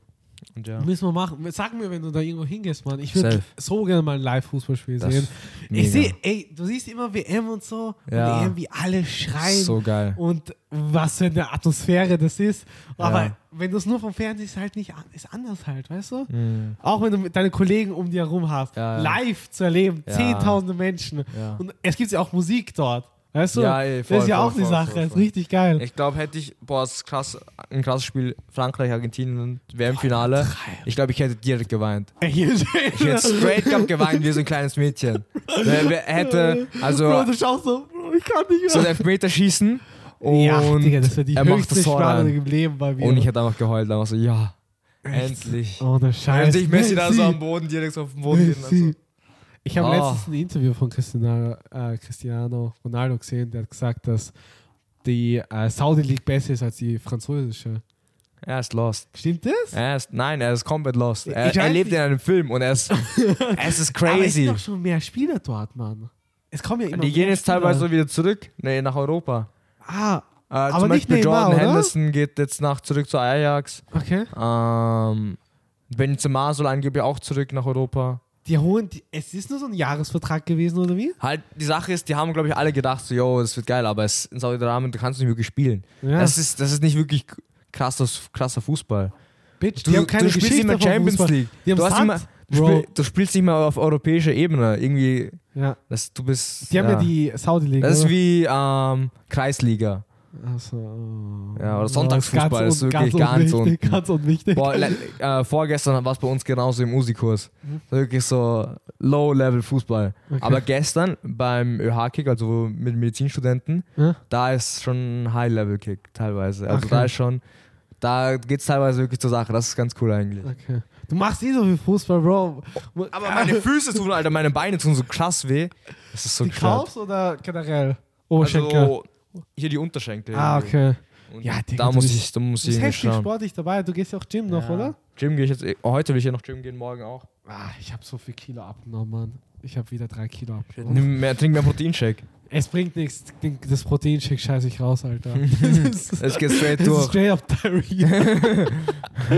Speaker 2: Und ja.
Speaker 1: Müssen wir machen. Sag mir, wenn du da irgendwo hingehst, Mann. Ich würde
Speaker 2: Safe.
Speaker 1: so gerne mal ein Live-Fußballspiel
Speaker 2: Das
Speaker 1: sehen.
Speaker 2: mega.
Speaker 1: Ich sehe, ey, du siehst immer WM und so.
Speaker 2: Ja.
Speaker 1: Und EM, wie alle schreien.
Speaker 2: So geil.
Speaker 1: Und was für eine Atmosphäre das ist. Aber
Speaker 2: Ja.
Speaker 1: wenn du es nur vom Fernsehen siehst, halt nicht an, ist anders halt, weißt du? Auch wenn du mit deinen Kollegen um dir herum hast.
Speaker 2: Mhm. Ja, ja.
Speaker 1: Live zu erleben,
Speaker 2: Ja.
Speaker 1: zehntausende Menschen.
Speaker 2: Ja.
Speaker 1: Und es gibt ja auch Musik dort. Weißt du?
Speaker 2: Ja, ey, voll,
Speaker 1: das ist ja
Speaker 2: voll,
Speaker 1: auch die
Speaker 2: voll,
Speaker 1: Sache.
Speaker 2: voll,
Speaker 1: Ist
Speaker 2: voll.
Speaker 1: richtig geil.
Speaker 2: Ich glaube, hätte ich, boah, das ist krass, ein krasses Spiel, Frankreich, Argentinien, WM-Finale. Ich glaube, ich hätte direkt geweint. Ich
Speaker 1: <laughs>
Speaker 2: hätte straight up geweint wie so ein kleines Mädchen. Wer, wer hätte,
Speaker 1: Bro,
Speaker 2: also,
Speaker 1: du schaust so, Bro, ich kann nicht
Speaker 2: so
Speaker 1: mehr.
Speaker 2: ein Elfmeter schießen und
Speaker 1: ja, Digga, das wäre die
Speaker 2: er macht
Speaker 1: höchste
Speaker 2: das Tor
Speaker 1: Spannung
Speaker 2: rein.
Speaker 1: im Leben bei mir.
Speaker 2: Und ich hätte einfach geheult, einfach so, ja, endlich.
Speaker 1: Ohne Scheiß.
Speaker 2: Dann sehe ich Messi da so am Boden, direkt so auf dem Boden. liegen,
Speaker 1: Messi.
Speaker 2: Also.
Speaker 1: Ich habe
Speaker 2: Oh.
Speaker 1: letztens ein Interview von Cristiano, äh, Cristiano Ronaldo gesehen, der hat gesagt, dass die äh, Saudi League besser ist als die französische.
Speaker 2: Er ist lost.
Speaker 1: Stimmt das?
Speaker 2: Er ist, nein, er ist komplett lost.
Speaker 1: Ich
Speaker 2: Er,
Speaker 1: weiß
Speaker 2: er lebt
Speaker 1: nicht.
Speaker 2: in einem Film und er
Speaker 1: <laughs>
Speaker 2: ist, es ist
Speaker 1: Aber es sind
Speaker 2: crazy.
Speaker 1: doch schon mehr Spieler dort, Mann. Es kommen ja immer
Speaker 2: Die gehen
Speaker 1: mehr
Speaker 2: jetzt
Speaker 1: Spieler.
Speaker 2: teilweise wieder zurück, nee, nach Europa.
Speaker 1: Ah,
Speaker 2: Äh,
Speaker 1: Aber
Speaker 2: zum
Speaker 1: nicht
Speaker 2: Beispiel
Speaker 1: Neymar,
Speaker 2: Jordan
Speaker 1: oder?
Speaker 2: Henderson geht jetzt nach zurück zu Ajax.
Speaker 1: okay.
Speaker 2: Ähm, Benzema soll angeblich auch zurück nach Europa.
Speaker 1: Die holen, die, es ist nur so ein Jahresvertrag gewesen, oder wie?
Speaker 2: Halt, die Sache ist, die haben, glaube ich, alle gedacht, so, yo, das wird geil, aber es, in Saudi-Arabien du kannst nicht wirklich spielen.
Speaker 1: Ja.
Speaker 2: Das, ist, das ist nicht wirklich krasser, krasser Fußball.
Speaker 1: Bitch,
Speaker 2: Du,
Speaker 1: die haben keine
Speaker 2: du spielst
Speaker 1: Geschichte
Speaker 2: nicht mehr
Speaker 1: vom
Speaker 2: Champions
Speaker 1: Fußball.
Speaker 2: League.
Speaker 1: Die haben
Speaker 2: du, hast nicht mehr,
Speaker 1: Sand,
Speaker 2: du,
Speaker 1: Bro.
Speaker 2: spiel, du spielst nicht mehr auf europäischer Ebene. Irgendwie,
Speaker 1: Ja.
Speaker 2: das, du bist.
Speaker 1: Die haben ja, die Saudi League.
Speaker 2: Das ist
Speaker 1: oder?
Speaker 2: wie ähm, Kreisliga.
Speaker 1: Achso. oh.
Speaker 2: Ja, oder
Speaker 1: Oh,
Speaker 2: Sonntagsfußball
Speaker 1: ganz
Speaker 2: ist
Speaker 1: un-
Speaker 2: wirklich ganz
Speaker 1: unwichtig,
Speaker 2: unten.
Speaker 1: Ganz unwichtig.
Speaker 2: Boah, le- äh, vorgestern war es bei uns genauso im Usi-Kurs. Wirklich so Low-Level-Fußball.
Speaker 1: Mhm. Okay.
Speaker 2: Aber gestern beim ÖH-Kick, also mit Medizinstudenten,
Speaker 1: Ja?
Speaker 2: da ist schon ein High-Level-Kick teilweise. Also
Speaker 1: Okay.
Speaker 2: da ist schon, da geht es teilweise wirklich zur Sache. Das ist ganz cool eigentlich.
Speaker 1: Okay. Du machst eh so viel Fußball, Bro.
Speaker 2: Aber meine Füße tun, Alter, meine Beine tun so krass weh. Das ist so
Speaker 1: Die
Speaker 2: krass.
Speaker 1: Kaufs oder generell? Oberschenkel.
Speaker 2: Also hier die Unterschenkel.
Speaker 1: ah,
Speaker 2: irgendwie.
Speaker 1: okay.
Speaker 2: Und
Speaker 1: Ja, Digga,
Speaker 2: da
Speaker 1: du
Speaker 2: muss
Speaker 1: bist-
Speaker 2: ich, da muss
Speaker 1: Du bist
Speaker 2: ich
Speaker 1: heftig
Speaker 2: schauen.
Speaker 1: sportlich dabei. Du gehst ja auch Gym noch,
Speaker 2: Ja.
Speaker 1: oder?
Speaker 2: Gym gehe ich jetzt, eh- heute will ich ja noch Gym gehen, morgen auch.
Speaker 1: Ah, ich habe so viel Kilo abgenommen, Mann. Ich habe wieder drei Kilo abgenommen.
Speaker 2: Nimm mehr, trink mehr Proteinshake.
Speaker 1: Es bringt nichts. Den- Das Proteinshake scheiße ich raus,
Speaker 2: <laughs>
Speaker 1: Alter. das ist,
Speaker 2: Es
Speaker 1: <laughs>
Speaker 2: geht straight
Speaker 1: das ist
Speaker 2: durch.
Speaker 1: straight up Diarrhea.
Speaker 2: <laughs>
Speaker 1: <laughs>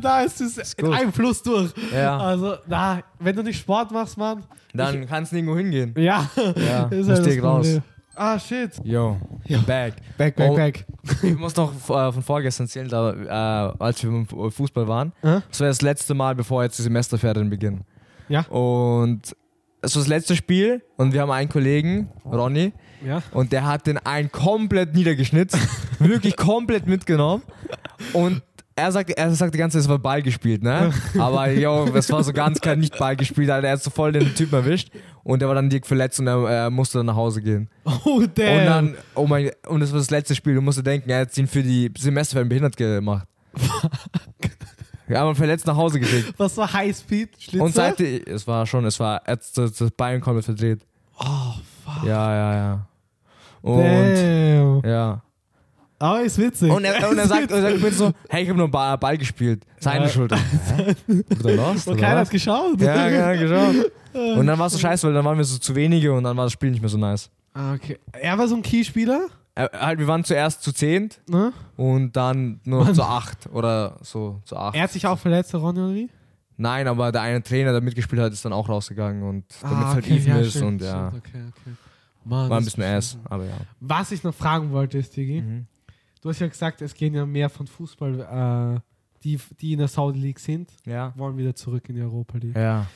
Speaker 1: da ist es in
Speaker 2: gut.
Speaker 1: einem Fluss durch.
Speaker 2: Ja.
Speaker 1: Also, na, wenn du nicht Sport machst, Mann,
Speaker 2: Dann kannst du nirgendwo hingehen.
Speaker 1: Ja,
Speaker 2: Ja,
Speaker 1: ist halt <laughs>
Speaker 2: muss
Speaker 1: das
Speaker 2: direkt raus.
Speaker 1: Problem. Ah, shit.
Speaker 2: Yo,
Speaker 1: Ja.
Speaker 2: back.
Speaker 1: Back, back,
Speaker 2: Oh.
Speaker 1: back.
Speaker 2: Ich muss noch äh, von vorgestern erzählen, da, äh, als wir beim Fu- Fußball waren.
Speaker 1: Äh?
Speaker 2: Das war das letzte Mal, bevor jetzt die Semesterferien beginnen.
Speaker 1: Ja.
Speaker 2: Und es war das letzte Spiel und wir haben einen Kollegen, Ronny,
Speaker 1: Ja.
Speaker 2: und der hat den einen
Speaker 1: <laughs>
Speaker 2: komplett niedergeschnitzt, wirklich komplett mitgenommen. Und er sagt, er sagt die ganze Zeit, es war Ball gespielt, ne? Aber yo, es war so ganz klar nicht Ball gespielt, Alter. Er hat so voll den Typen erwischt und der war dann direkt verletzt und er, er musste dann nach Hause gehen.
Speaker 1: Oh, damn.
Speaker 2: Und dann, oh mein, und das war das letzte Spiel. Du musst dir denken, er hat ihn für die Semesterferien behindert gemacht. Wir haben ihn verletzt nach Hause geschickt.
Speaker 1: Was war Highspeed? Schlitzer?
Speaker 2: Und seit, es war schon, es war, er hat das das Bein komplett verdreht.
Speaker 1: Oh, fuck.
Speaker 2: Ja, ja, ja. Und,
Speaker 1: Damn.
Speaker 2: ja.
Speaker 1: Aber ist witzig.
Speaker 2: Und er, und er sagt, und er sagt mir so, hey, ich habe nur Ball, Ball gespielt. Seine
Speaker 1: Ja.
Speaker 2: Schuld. Hä? <laughs> Bruder, lost,
Speaker 1: Und
Speaker 2: oder
Speaker 1: keiner hat Ah.
Speaker 2: was?
Speaker 1: geschaut.
Speaker 2: Ja, ja, geschaut. Und dann war es so scheiße, weil dann waren wir so zu wenige und dann war das Spiel nicht mehr so nice.
Speaker 1: Ah, okay. Er war so ein Keyspieler.
Speaker 2: Äh, halt, wir waren zuerst zu zehnt
Speaker 1: Ne?
Speaker 2: und dann nur zu acht oder so zu acht.
Speaker 1: Er hat sich auch verletzt, der Ronny, oder wie?
Speaker 2: Nein, aber der eine Trainer, der mitgespielt hat, ist dann auch rausgegangen und damit es halt
Speaker 1: Ah, okay,
Speaker 2: even
Speaker 1: ja,
Speaker 2: ist
Speaker 1: stimmt,
Speaker 2: und ja.
Speaker 1: stimmt, Okay, okay. Mann,
Speaker 2: War ein
Speaker 1: das ist Mhm.
Speaker 2: bisschen ass, Mhm.
Speaker 1: beschissen.
Speaker 2: aber ja.
Speaker 1: Was ich noch fragen wollte, ist, Digi, du hast ja gesagt, es gehen ja mehr von Fußball, äh, die, die in der Saudi League sind,
Speaker 2: Ja.
Speaker 1: wollen wieder zurück in die Europa League.
Speaker 2: Ja.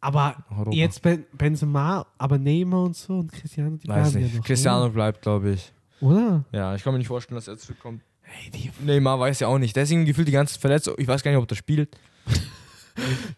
Speaker 1: Aber
Speaker 2: Europa.
Speaker 1: jetzt ben Benzema, aber Neymar und so und Cristiano, die
Speaker 2: Weiß
Speaker 1: bleiben
Speaker 2: nicht.
Speaker 1: ja noch.
Speaker 2: Cristiano bleibt, glaube ich.
Speaker 1: Oder? oder?
Speaker 2: Ja, ich kann mir nicht vorstellen, dass er zurückkommt.
Speaker 1: Hey, die
Speaker 2: Neymar weiß ja auch nicht. Deswegen gefühlt die ganze Verletzung. Ich weiß gar nicht, ob
Speaker 1: <laughs>
Speaker 2: er spielt.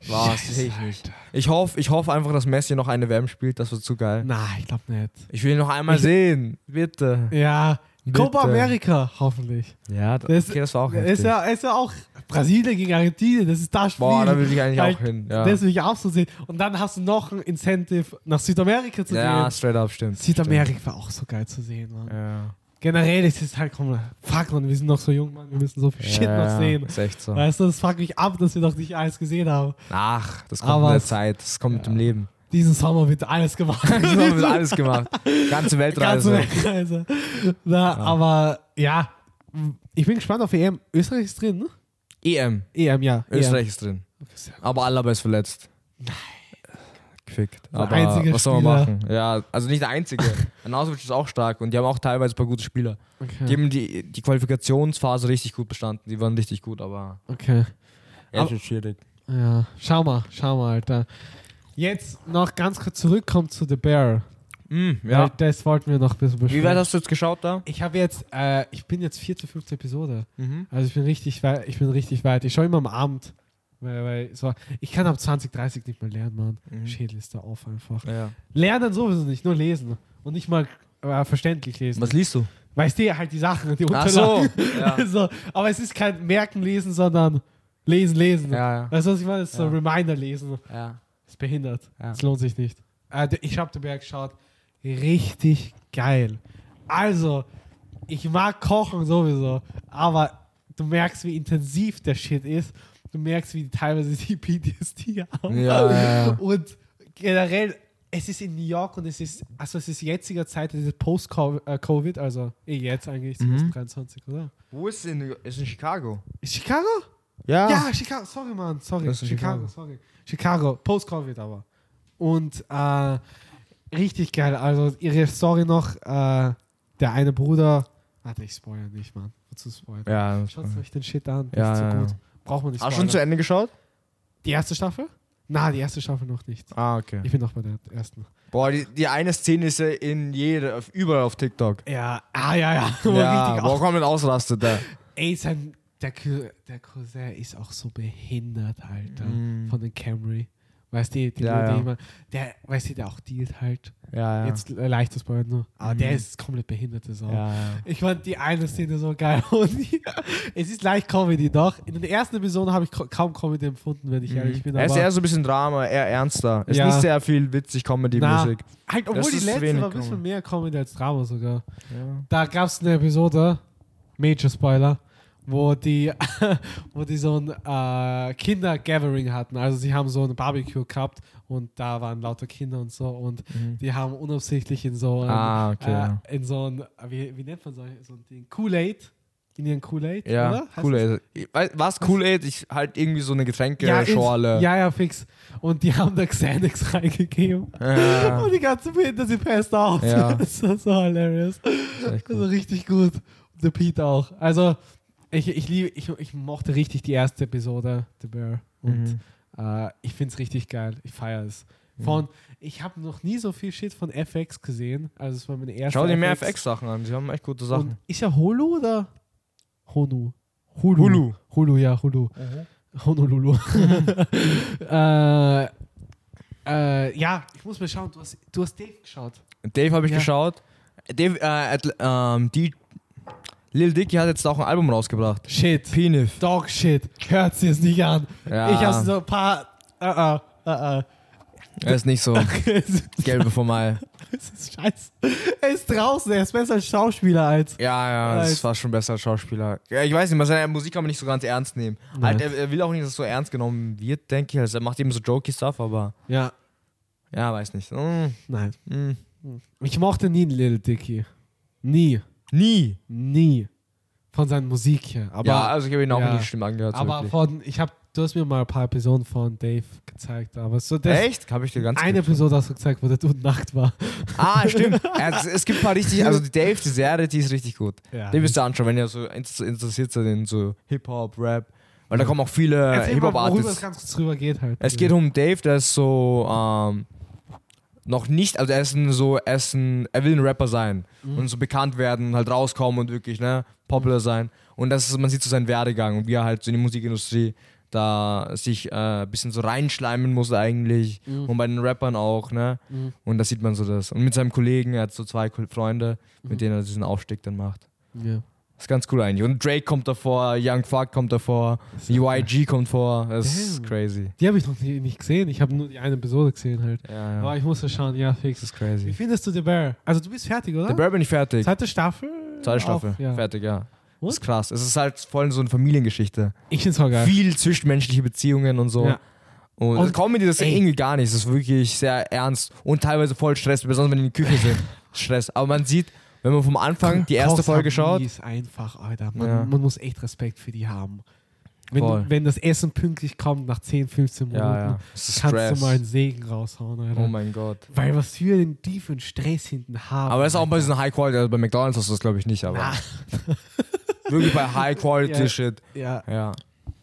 Speaker 2: Was? Sehe ich nicht. Ich hoffe, ich hoffe einfach, dass Messi noch eine WM spielt. Das wird zu geil.
Speaker 1: Na, ich glaube nicht.
Speaker 2: Ich will ihn noch einmal
Speaker 1: Ich-
Speaker 2: sehen. Bitte.
Speaker 1: Ja, Copa
Speaker 2: Bitte.
Speaker 1: America, hoffentlich.
Speaker 2: Ja,
Speaker 1: Das-
Speaker 2: das, okay, das war äh, auch
Speaker 1: Ist
Speaker 2: heftig.
Speaker 1: ja, ist ja auch Brasilien gegen Argentinien, das ist das Spiel.
Speaker 2: Boah, da will ich eigentlich
Speaker 1: Weil
Speaker 2: auch hin. Ja,
Speaker 1: Das will ich auch so sehen. Und dann hast du noch ein Incentive, nach Südamerika zu
Speaker 2: ja
Speaker 1: gehen.
Speaker 2: straight up, stimmt.
Speaker 1: Südamerika war auch so geil zu sehen, Mann.
Speaker 2: Stimmt. Ja.
Speaker 1: Generell ist es halt, komm, fuck, Mann, wir sind noch so jung, Mann, wir müssen so viel Shit
Speaker 2: ja,
Speaker 1: noch sehen.
Speaker 2: Ist echt so.
Speaker 1: Weißt du, das fuck mich ab, dass wir noch nicht alles gesehen haben.
Speaker 2: Ach, das kommt
Speaker 1: Aber
Speaker 2: mit der
Speaker 1: es-
Speaker 2: Zeit, das kommt mit dem Leben. <laughs>
Speaker 1: Diesen Sommer wird alles <laughs> gemacht.
Speaker 2: Das haben wir alles gemacht. Ganze
Speaker 1: Ganze
Speaker 2: Weltreise.
Speaker 1: Weltreise. Na, aber ja, ich bin gespannt auf EM. Österreich ist drin, ne?
Speaker 2: EM.
Speaker 1: EM, ja.
Speaker 2: E
Speaker 1: E
Speaker 2: Österreich ist drin.
Speaker 1: EM.
Speaker 2: Aber Alaba ist verletzt. Nein. Gefickt.
Speaker 1: Der
Speaker 2: Aber
Speaker 1: einzige
Speaker 2: was soll man
Speaker 1: Spieler.
Speaker 2: machen? Ja, also nicht der <laughs> einzige. Anasovic ist auch stark und die haben auch teilweise ein paar gute Spieler. Die
Speaker 1: Okay.
Speaker 2: haben die, die Qualifikationsphase richtig gut bestanden. Die waren richtig gut, aber
Speaker 1: okay.
Speaker 2: es ist schwierig.
Speaker 1: Ja, schau mal, schau mal, Alter. Jetzt noch ganz kurz zurückkommt zu The Bear.
Speaker 2: Mm,
Speaker 1: Weil
Speaker 2: ja.
Speaker 1: das wollten wir noch ein bisschen besprechen.
Speaker 2: Wie weit hast du jetzt geschaut da?
Speaker 1: ich habe jetzt, äh, ich bin jetzt vierte, fünfte Episode.
Speaker 2: Mhm.
Speaker 1: Also ich bin richtig weit, ich bin richtig weit. Ich schaue immer am Abend. Weil, weil so, ich kann ab 20, 30 nicht mehr lernen, Mann.
Speaker 2: Mhm.
Speaker 1: Schädel ist da auf einfach.
Speaker 2: Ja.
Speaker 1: Lernen sowieso nicht, nur lesen. Und nicht mal äh, verständlich lesen.
Speaker 2: Was liest du?
Speaker 1: Weißt du, halt die Sachen, die
Speaker 2: Ach
Speaker 1: Unterlagen.
Speaker 2: so. Ja. <laughs>
Speaker 1: so. Aber es ist kein Merken lesen, sondern Lesen, Lesen.
Speaker 2: ja, ja.
Speaker 1: Weißt du, was ich meine? Es ist so
Speaker 2: Ja.
Speaker 1: Reminder lesen.
Speaker 2: ja.
Speaker 1: Ist behindert.
Speaker 2: Ja.
Speaker 1: Es lohnt sich nicht. Äh, d- ich habe den Berg geschaut. Richtig geil. Also, ich mag Kochen sowieso, aber du merkst, wie intensiv der Shit ist. Du merkst, wie die teilweise <laughs> die PTSD haben.
Speaker 2: Ja, ja, ja.
Speaker 1: Und generell, es ist in New York und es ist, also es ist jetziger Zeit, es ist Post-Covid, also eh jetzt eigentlich,
Speaker 2: Mhm.
Speaker 1: 2023, oder?
Speaker 2: Wo ist in, ist in Chicago?
Speaker 1: Ist Chicago? Ja, Chicago, sorry, Mann, sorry.
Speaker 2: Ah. Das ist in
Speaker 1: Chicago,
Speaker 2: Chicago.
Speaker 1: sorry. Chicago, Post-Covid aber. Und äh, richtig geil. Also ihre Story noch, äh, der eine Bruder. Warte, ich spoilere nicht, Mann. Wozu spoilern?
Speaker 2: Ja.
Speaker 1: Schaut euch den Shit an.
Speaker 2: Ja,
Speaker 1: ist so
Speaker 2: ja,
Speaker 1: gut.
Speaker 2: ja.
Speaker 1: Braucht man nicht
Speaker 2: Hast du schon zu
Speaker 1: spoilern.
Speaker 2: Ende geschaut?
Speaker 1: Die erste Staffel? Na, die erste Staffel noch nicht.
Speaker 2: Ah, okay.
Speaker 1: Ich bin noch bei der ersten.
Speaker 2: Boah, die, die eine Szene ist ja in jeder, auf- überall auf TikTok.
Speaker 1: Ja, ah ja, ja. Wo <laughs>
Speaker 2: Ja,
Speaker 1: richtig
Speaker 2: boah,
Speaker 1: auch,
Speaker 2: komplett ausrastet da.
Speaker 1: ey, sein, der, Cou- der Cousin ist auch so behindert, Alter.
Speaker 2: Mm.
Speaker 1: Von den Camry. Weißt du, die,
Speaker 2: Ja,
Speaker 1: die,
Speaker 2: ja.
Speaker 1: die, immer- der, weißt du, der auch dealt halt.
Speaker 2: Ja,
Speaker 1: Jetzt oh. äh, leichtes Ball nur. Aber
Speaker 2: Mhm.
Speaker 1: der ist komplett behinderte Sau.
Speaker 2: Ja, ja.
Speaker 1: Ich fand die eine Szene so geil. <laughs> Und die, es ist leicht Comedy, doch. In der ersten Episode habe ich ko- kaum Comedy empfunden, wenn ich ehrlich bin.
Speaker 2: Mhm. er ist
Speaker 1: aber-
Speaker 2: eher so ein bisschen Drama, eher ernster. Ist
Speaker 1: Ja.
Speaker 2: nicht sehr viel witzig
Speaker 1: Na,
Speaker 2: Comedy-mäßig.
Speaker 1: halt, obwohl
Speaker 2: Das
Speaker 1: die
Speaker 2: ist
Speaker 1: letzte
Speaker 2: wenig
Speaker 1: war ein bisschen
Speaker 2: Comedy.
Speaker 1: mehr Comedy als Drama sogar.
Speaker 2: Ja.
Speaker 1: Da gab es eine Episode, Major Spoiler, wo die, <laughs> wo die so ein äh, Kinder-Gathering hatten. Also sie haben so ein Barbecue gehabt und da waren lauter Kinder und so und
Speaker 2: Mhm.
Speaker 1: die haben unabsichtlich in so ein
Speaker 2: Ah, okay.
Speaker 1: äh, in so ein, wie, wie nennt man so, so ein Ding? Kool-Aid. Indian Kool-Aid,
Speaker 2: Ja,
Speaker 1: oder? Heißt das?
Speaker 2: Kool-Aid. Ich weiß- Was Kool-Aid? Ich halt irgendwie so eine
Speaker 1: inf-
Speaker 2: Getränkeschorle.
Speaker 1: Ja, ja, fix. Und die haben da Xanax <laughs> reingegeben.
Speaker 2: Ja.
Speaker 1: Und die ganzen Peter, sie passt auf.
Speaker 2: Ja.
Speaker 1: <laughs> Das war so hilarious.
Speaker 2: ist echt
Speaker 1: Also richtig gut. Und der Pete auch. Also, ich, ich liebe, ich, ich mochte richtig die erste Episode, The Bear. Und
Speaker 2: Mhm.
Speaker 1: äh, ich finde es richtig geil. Ich feiere es. Von, ich habe noch nie so viel Shit von FX gesehen. Also, es war meine erste.
Speaker 2: Schau dir mehr FX-Sachen an. Sie haben echt gute
Speaker 1: Und
Speaker 2: Sachen.
Speaker 1: ist ja Hulu oder Honu? Hulu. Hulu, ja, Hulu.
Speaker 2: <laughs>
Speaker 1: Honolulu. äh, äh, ja, ich muss mal schauen. Du hast, du hast Dave geschaut.
Speaker 2: Dave habe ich
Speaker 1: Ja.
Speaker 2: geschaut. Dave, äh, Atl- ähm, die Lil Dicky hat jetzt auch ein Album rausgebracht.
Speaker 1: Shit.
Speaker 2: Penif.
Speaker 1: Dog shit. Hört sie es nicht an.
Speaker 2: Ja.
Speaker 1: Ich habe so ein paar. Uh, uh, uh, uh.
Speaker 2: Er
Speaker 1: <laughs>
Speaker 2: ist nicht so
Speaker 1: es
Speaker 2: gelbe vom Ei.
Speaker 1: äh. ist scheiße. Er ist draußen. Er ist besser als Schauspieler als.
Speaker 2: Ja, ja,
Speaker 1: Nice.
Speaker 2: das war schon besser als Schauspieler. Ja, ich weiß nicht, man- seine Musik kann man nicht so ganz ernst nehmen. Halt, er, er will auch nicht, dass es so ernst genommen wird, denke ich. Also, er macht eben so jokey Stuff, aber
Speaker 1: Ja,
Speaker 2: ja, weiß nicht. Mm,
Speaker 1: nein.
Speaker 2: mm.
Speaker 1: Ich mochte nie Lil Dicky. Nie.
Speaker 2: Nie.
Speaker 1: Nie. Von seiner Musik her. Aber
Speaker 2: ja, also ich habe ihn auch
Speaker 1: ja.
Speaker 2: nicht schlimm angehört. so
Speaker 1: Aber
Speaker 2: wirklich.
Speaker 1: von, ich habe, du hast mir mal ein paar Episoden von Dave gezeigt, aber so das
Speaker 2: Echt? Habe ich dir ganz
Speaker 1: eine
Speaker 2: gut-
Speaker 1: Episode hast du gezeigt, wo der Dude nackt war.
Speaker 2: Ah,
Speaker 1: <laughs>
Speaker 2: stimmt. es, es gibt ein paar richtig, also die Dave, die Serie, die ist richtig gut.
Speaker 1: Ja.
Speaker 2: Die müsst ihr anschauen, wenn ihr so inter- interessiert seid in so Hip-Hop, Rap. Weil da kommen auch viele
Speaker 1: Erzähl mal, worüber es
Speaker 2: Hip-Hop-Artists.
Speaker 1: ganz kurz drüber geht halt.
Speaker 2: äh, Es geht um Dave, der ist so ähm, noch nicht, also er ist ein, so, er, ist ein, er will ein Rapper sein und so bekannt werden und halt rauskommen und wirklich, ne, popular sein. Und das ist, man sieht so seinen Werdegang und wie er halt so in die Musikindustrie da sich äh, ein bisschen so reinschleimen muss eigentlich und bei den Rappern auch, ne?
Speaker 1: Mhm.
Speaker 2: Und das sieht man so das. Und mit seinem Kollegen, er hat so zwei Ko- Freunde, mit denen er diesen Aufstieg dann macht.
Speaker 1: Ja.
Speaker 2: Das ist ganz cool eigentlich. Und Drake kommt davor, Young Fuck kommt davor, UIG kommt vor. Das ist
Speaker 1: Damn.
Speaker 2: crazy.
Speaker 1: Die habe ich noch nie, nicht gesehen. Ich habe nur die eine Episode gesehen halt.
Speaker 2: Ja, ja.
Speaker 1: Aber ich muss ja schauen, ja,
Speaker 2: Das
Speaker 1: fix.
Speaker 2: ist
Speaker 1: Wie
Speaker 2: crazy.
Speaker 1: findest du The Bear? Also du bist fertig, oder?
Speaker 2: Der Bear bin ich fertig.
Speaker 1: Zweite Staffel?
Speaker 2: Zweite Staffel.
Speaker 1: Auf, ja.
Speaker 2: Fertig, ja.
Speaker 1: Und?
Speaker 2: Das ist krass. Es ist halt voll so eine Familiengeschichte.
Speaker 1: Ich find's voll geil.
Speaker 2: Viel zwischenmenschliche Beziehungen und so.
Speaker 1: Ja.
Speaker 2: Und,
Speaker 1: Und-
Speaker 2: Comedy, das ist
Speaker 1: ey.
Speaker 2: irgendwie gar nicht. Das ist wirklich sehr ernst und teilweise voll Stress, besonders wenn die in der Küche
Speaker 1: <laughs>
Speaker 2: sind. Stress. Aber man sieht, wenn man vom Anfang die erste
Speaker 1: Kochs haben
Speaker 2: Folge schaut,
Speaker 1: Die ist einfach, Alter. Man,
Speaker 2: Ja.
Speaker 1: man muss echt Respekt für die haben. Wenn,
Speaker 2: Voll.
Speaker 1: du, wenn das Essen pünktlich kommt nach 10, 15 Minuten,
Speaker 2: ja, ja. Es ist
Speaker 1: kannst
Speaker 2: Stress.
Speaker 1: du mal einen Segen raushauen, Alter.
Speaker 2: Oh mein Gott.
Speaker 1: Weil was wir denn die für einen Stress hinten haben. Ah,
Speaker 2: Aber das ist auch bei diesen High Quality, also bei McDonalds hast du das glaube ich nicht, aber.
Speaker 1: Na.
Speaker 2: wirklich bei High Quality
Speaker 1: <laughs> Ja.
Speaker 2: Shit.
Speaker 1: Ja,
Speaker 2: Ja.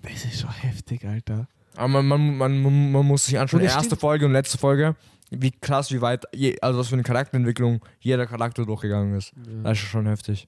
Speaker 1: das ist schon heftig, Alter.
Speaker 2: Aber man, man, man, man, man muss sich anschauen,
Speaker 1: Und es
Speaker 2: erste
Speaker 1: stimmt-
Speaker 2: Folge und letzte Folge, wie krass, wie weit, je, also was für eine Charakterentwicklung jeder Charakter durchgegangen ist.
Speaker 1: Mhm.
Speaker 2: Das ist schon heftig.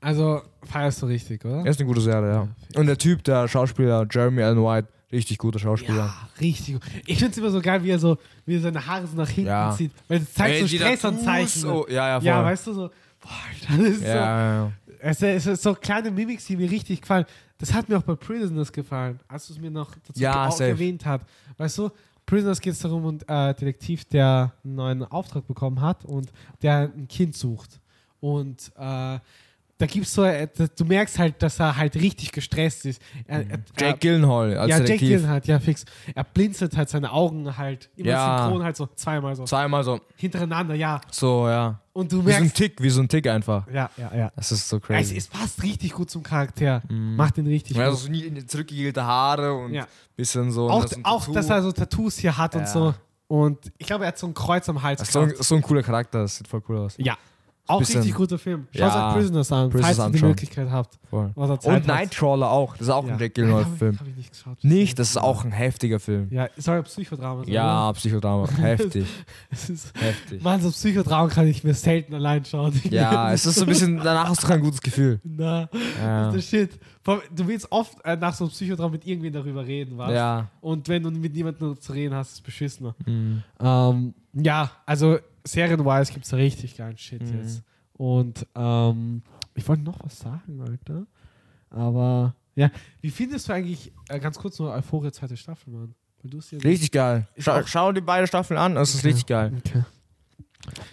Speaker 1: Also feierst du richtig, oder?
Speaker 2: Er ist eine gute Serie, ja.
Speaker 1: fix.
Speaker 2: Und der Typ, der Schauspieler Jeremy Allen White, richtig guter Schauspieler.
Speaker 1: Ja, richtig gut. Ich find's immer so geil, wie er so, wie er seine Haare so nach hinten
Speaker 2: Ja.
Speaker 1: zieht. Weil das zeigt so
Speaker 2: Ey, die
Speaker 1: Stressanzeichen.
Speaker 2: Tattoos, Oh, ja, ja, voll.
Speaker 1: ja, weißt du so. Boah, das ist
Speaker 2: ja, ja, ja.
Speaker 1: so. Es sind- es sind so kleine Mimics, die mir richtig gefallen. Das hat mir auch bei Prisoners gefallen, als du es mir noch dazu
Speaker 2: Ja,
Speaker 1: auch
Speaker 2: safe.
Speaker 1: erwähnt hast. Weißt du, Prisoners geht es darum, und äh, Detektiv, der einen neuen Auftrag bekommen hat und der ein Kind sucht. Und äh, da gibt's so, äh, da- du merkst halt, dass er halt richtig gestresst ist. Er, er,
Speaker 2: Jake Gyllenhaal
Speaker 1: er,
Speaker 2: Mhm. als
Speaker 1: ja, Jake
Speaker 2: Detektiv.
Speaker 1: Gyllenhaal, ja fix. Er blinzelt halt seine Augen halt immer
Speaker 2: Ja.
Speaker 1: synchron halt so zweimal so
Speaker 2: Zweimal so,
Speaker 1: hintereinander, ja.
Speaker 2: so, ja.
Speaker 1: Und du
Speaker 2: Wie so ein
Speaker 1: merkst,
Speaker 2: Tick, wie so ein Tick einfach.
Speaker 1: ja, ja, ja.
Speaker 2: Das ist so
Speaker 1: Es,
Speaker 2: crazy. Mhm.
Speaker 1: es passt richtig gut zum Charakter. Macht ihn richtig
Speaker 2: Ja,
Speaker 1: gut.
Speaker 2: so nie- nie zurückgegelte Haare und
Speaker 1: Ja.
Speaker 2: bisschen so.
Speaker 1: auch,
Speaker 2: das ist ein
Speaker 1: auch
Speaker 2: Tattoo.
Speaker 1: dass er so Tattoos hier hat und
Speaker 2: Ja.
Speaker 1: so. Und ich glaube, er hat so ein Kreuz am Hals.
Speaker 2: Das ist so, ein,
Speaker 1: gehabt.
Speaker 2: so ein cooler Charakter, das sieht voll cool aus.
Speaker 1: ja. Auch
Speaker 2: bisschen-
Speaker 1: richtig guter Film. Schaut
Speaker 2: Ja.
Speaker 1: euch Prisoners an,
Speaker 2: Prisoners
Speaker 1: falls ihr die
Speaker 2: anschauen.
Speaker 1: Möglichkeit habt.
Speaker 2: Voll.
Speaker 1: Oder Zeit
Speaker 2: Und
Speaker 1: habt.
Speaker 2: Nightcrawler auch, das ist auch
Speaker 1: Ja.
Speaker 2: ein Jack
Speaker 1: Nein, hab ich-
Speaker 2: Gyllenhaal-Film.
Speaker 1: hab ich nicht geschaut.
Speaker 2: Nicht, das ist auch ein heftiger Film.
Speaker 1: Ja, soll ein Psychodrama sein. oder?
Speaker 2: Ja,
Speaker 1: <laughs>
Speaker 2: Psychodrama, heftig,
Speaker 1: Es ist,
Speaker 2: heftig.
Speaker 1: Mann, so ein Psychodrama kann ich mir selten allein schauen.
Speaker 2: Ja, es ist so ein bisschen, danach hast du kein gutes Gefühl.
Speaker 1: <laughs> Na,
Speaker 2: Ja,
Speaker 1: das ist shit. Vor allem, Du willst oft äh, nach so einem Psychodrama mit irgendwen darüber reden, was?
Speaker 2: ja.
Speaker 1: Und wenn du mit niemandem zu reden hast, ist es beschissen. Ähm, ja, also serienwise gibt es richtig geilen Shit
Speaker 2: Mhm.
Speaker 1: jetzt. Und ähm, ich wollte noch was sagen, Alter. Aber ja, wie findest du eigentlich, äh, ganz kurz nur Euphoria zweite Staffel, Mann? Weil du es ja
Speaker 2: richtig geil.
Speaker 1: Ist
Speaker 2: Schau,
Speaker 1: auch-
Speaker 2: schau dir beide Staffeln an, das ist
Speaker 1: Okay.
Speaker 2: richtig geil.
Speaker 1: Okay.